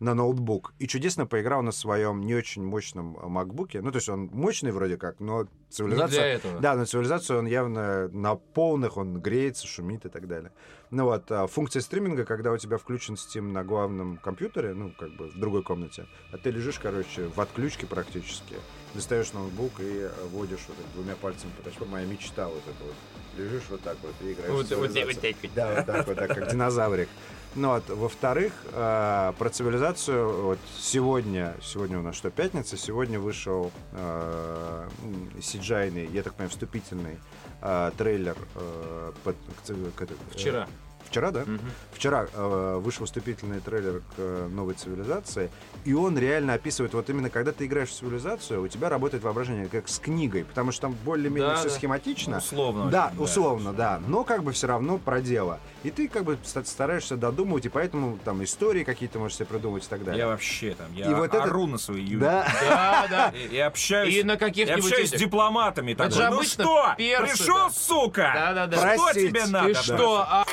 на ноутбук. И чудесно поиграл на своем не очень мощном э, макбуке. Ну, то есть он мощный вроде как, но
Не для
цивилизация...
этого.
Да, но цивилизацию он явно на полных, он греется, шумит и так далее. Ну вот, а, функция стриминга, когда у тебя включен Steam на главном компьютере, ну, как бы в другой комнате, а ты лежишь, короче, в отключке практически, достаешь ноутбук и э, водишь вот так двумя пальцами, потому что моя мечта вот эта вот. Лежишь вот так вот и играешь. в
Вот- вот-
цивилизацию.
вот так вот.
Да, вот так вот, так, как динозаврик. Ну вот, во-вторых, э, про цивилизацию, вот сегодня, сегодня у нас что, пятница, сегодня вышел э, м, CGI-ный, я так понимаю, вступительный э, трейлер э, под- к ци- к этой- э,
Вчера.
Вчера, да?
Мгм.
Вчера э, вышел вступительный трейлер к э, новой цивилизации, и он реально описывает, вот именно когда ты играешь в цивилизацию, у тебя работает воображение как с книгой, потому что там более-менее
Да,
все
да.
схематично.
Условно.
Да,
очень,
условно, да. Но как бы все равно про дело. И ты как бы ста- стараешься додумывать, и поэтому там истории какие-то можешь себе придумывать и так далее.
Я вообще там, я
И вот это-
ору на свои юбки.
Да.
Да, да.
И, и общаюсь,
И на
я
каких-нибудь
общаюсь с
этих.
дипломатами. такой,
же
ну
обычно
что,
персы,
пришел,
да.
сука?
Да, да, да.
Что
Простите,
тебе
ты
Ты
надо?
что, а,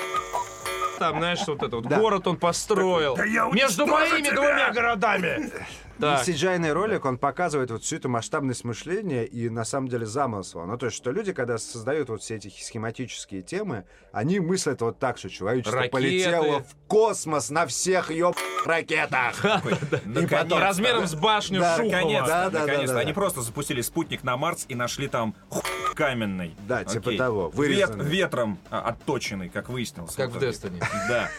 там, знаешь, вот этот вот
Да.
город он построил.
Да я
Между
уничтожу
моими
тебя!
двумя городами. Так.
И CGI-ный ролик, он показывает вот всю эту масштабность мышления и, на самом деле, замысла. Ну, то есть, что люди, когда создают вот все эти схематические темы, они мыслят вот так, что человечество
Ракеты.
полетело в космос на всех ёб ракетах.
Наконец-то.
Размером с башню
Да,
Шухова.
Наконец-то,
Да, да,
наконец-то.
да, да,
Они
да.
просто запустили спутник на Марс и нашли там хуй каменный.
Да, типа
Окей.
того,
Вет-
вырезанный.
ветром а, отточенный, как выяснилось.
Как
Вот
в
он.
Destiny.
Да.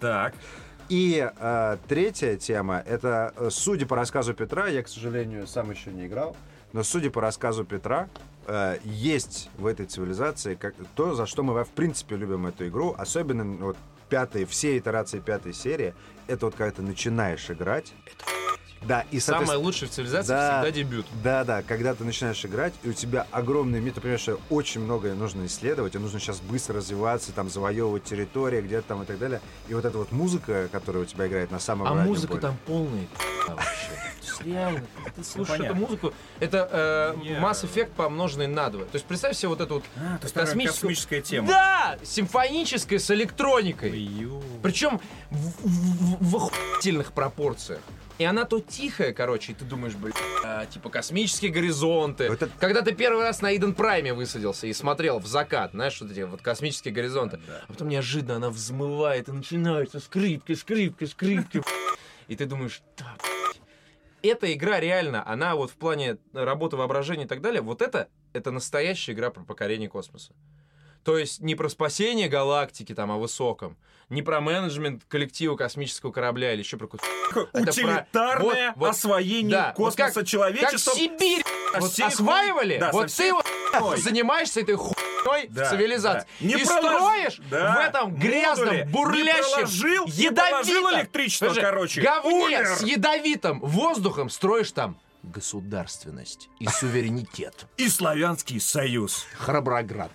Так.
И э, третья тема, это, э, судя по рассказу Петра, я, к сожалению, сам еще не играл, но судя по рассказу Петра, э, есть в этой цивилизации как, то, за что мы, в принципе, любим эту игру, особенно ну, вот пятые, все итерации пятой серии, это вот когда ты начинаешь играть. Да, и соответственно,
Самое лучшее в цивилизации
Да.
всегда дебют.
да, да, когда ты начинаешь играть, и у тебя огромный мир, ты понимаешь, что очень многое нужно исследовать, и нужно сейчас быстро развиваться, там, завоевывать территории где-то там и так далее. И вот эта вот музыка, которая у тебя играет на самом
А
раннем
музыка
поле.
там полная пи***а вообще. То есть реально, ты слушаешь эту
понятно.
музыку, это э,
Не.
Mass Effect помноженный на 2. То есть представь себе вот эту вот
А, то есть
Космическую-
такая космическая тема.
Да! Симфоническая с электроникой.
Ю.
Причем в, в- в- в охуительных пропорциях. И она то тихая, короче, и ты думаешь, блин, а, типа космические горизонты.
Вот это-
Когда ты первый раз на Иден Прайме высадился и смотрел в закат, знаешь, вот эти вот космические горизонты. А потом неожиданно она взмывает и начинаются скрипки, скрипки, скрипки. И ты думаешь, да, блядь». эта игра реально, она вот в плане работы воображения и так далее, вот это, это настоящая игра про покорение космоса. То есть не про спасение галактики там о высоком, не про менеджмент коллектива космического корабля или еще про какую-то... Это
Утилитарное
про- вот- вот-
освоение
Да, вот
космоса
как-
человечества.
Как Сибирь
со
вот
всей хуй-
осваивали,
Да, со
вот
всей
ты вот
хуйней.
занимаешься этой хуйней
Да,
в цивилизации.
да. Не
и
пролож-
строишь
Да,
в этом грязном,
модули. Не
бурлящем,
проложил, не положил
ядовитом,
электричество,
Слушай,
короче.
говне
Умер.
с ядовитым воздухом строишь там государственность и суверенитет.
И Славянский Союз.
Храброград.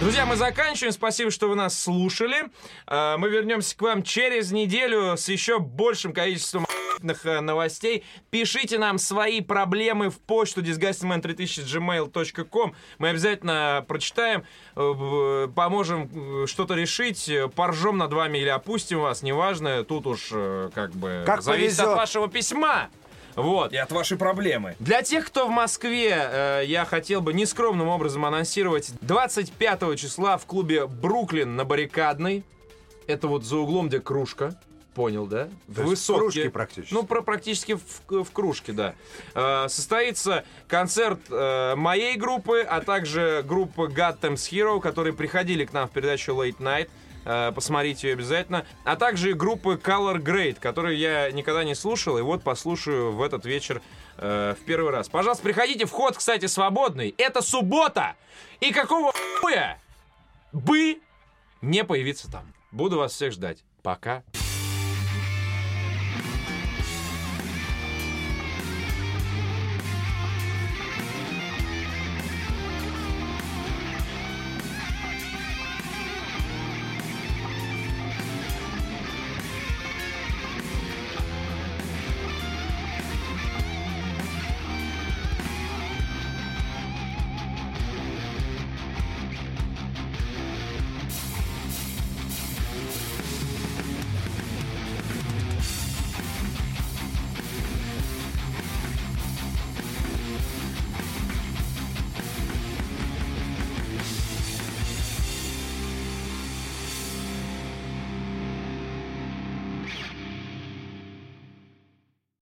Друзья, мы заканчиваем. Спасибо, что вы нас слушали. Э, Мы вернемся к вам через неделю с еще большим количеством охуительных, э, новостей. Пишите нам свои проблемы в почту disgustingman3000gmail.com. Мы обязательно прочитаем, э, в- поможем э, что-то решить, э, поржем над вами или опустим вас, неважно. Тут уж э, как бы
Как
зависит от
повезет.
вашего письма. Вот.
И от вашей проблемы.
Для тех, кто в Москве, э, я хотел бы нескромным образом анонсировать 25 числа в клубе «Бруклин» на Баррикадной. Это вот за углом, где кружка. Понял, да?
То
В
есть
Высотке.
кружки практически.
Ну, про практически в, в кружке, да. Э, состоится концерт э, моей группы, а также группы God Times Hero, которые приходили к нам в передачу Late Night. Э, Посмотрите ее обязательно. А также и группы Color Grade, которую я никогда не слушал, и вот послушаю в этот вечер э, в первый раз. Пожалуйста, приходите. Вход, кстати, свободный. Это суббота. И какого хуя бы не появиться там? Буду вас всех ждать. Пока.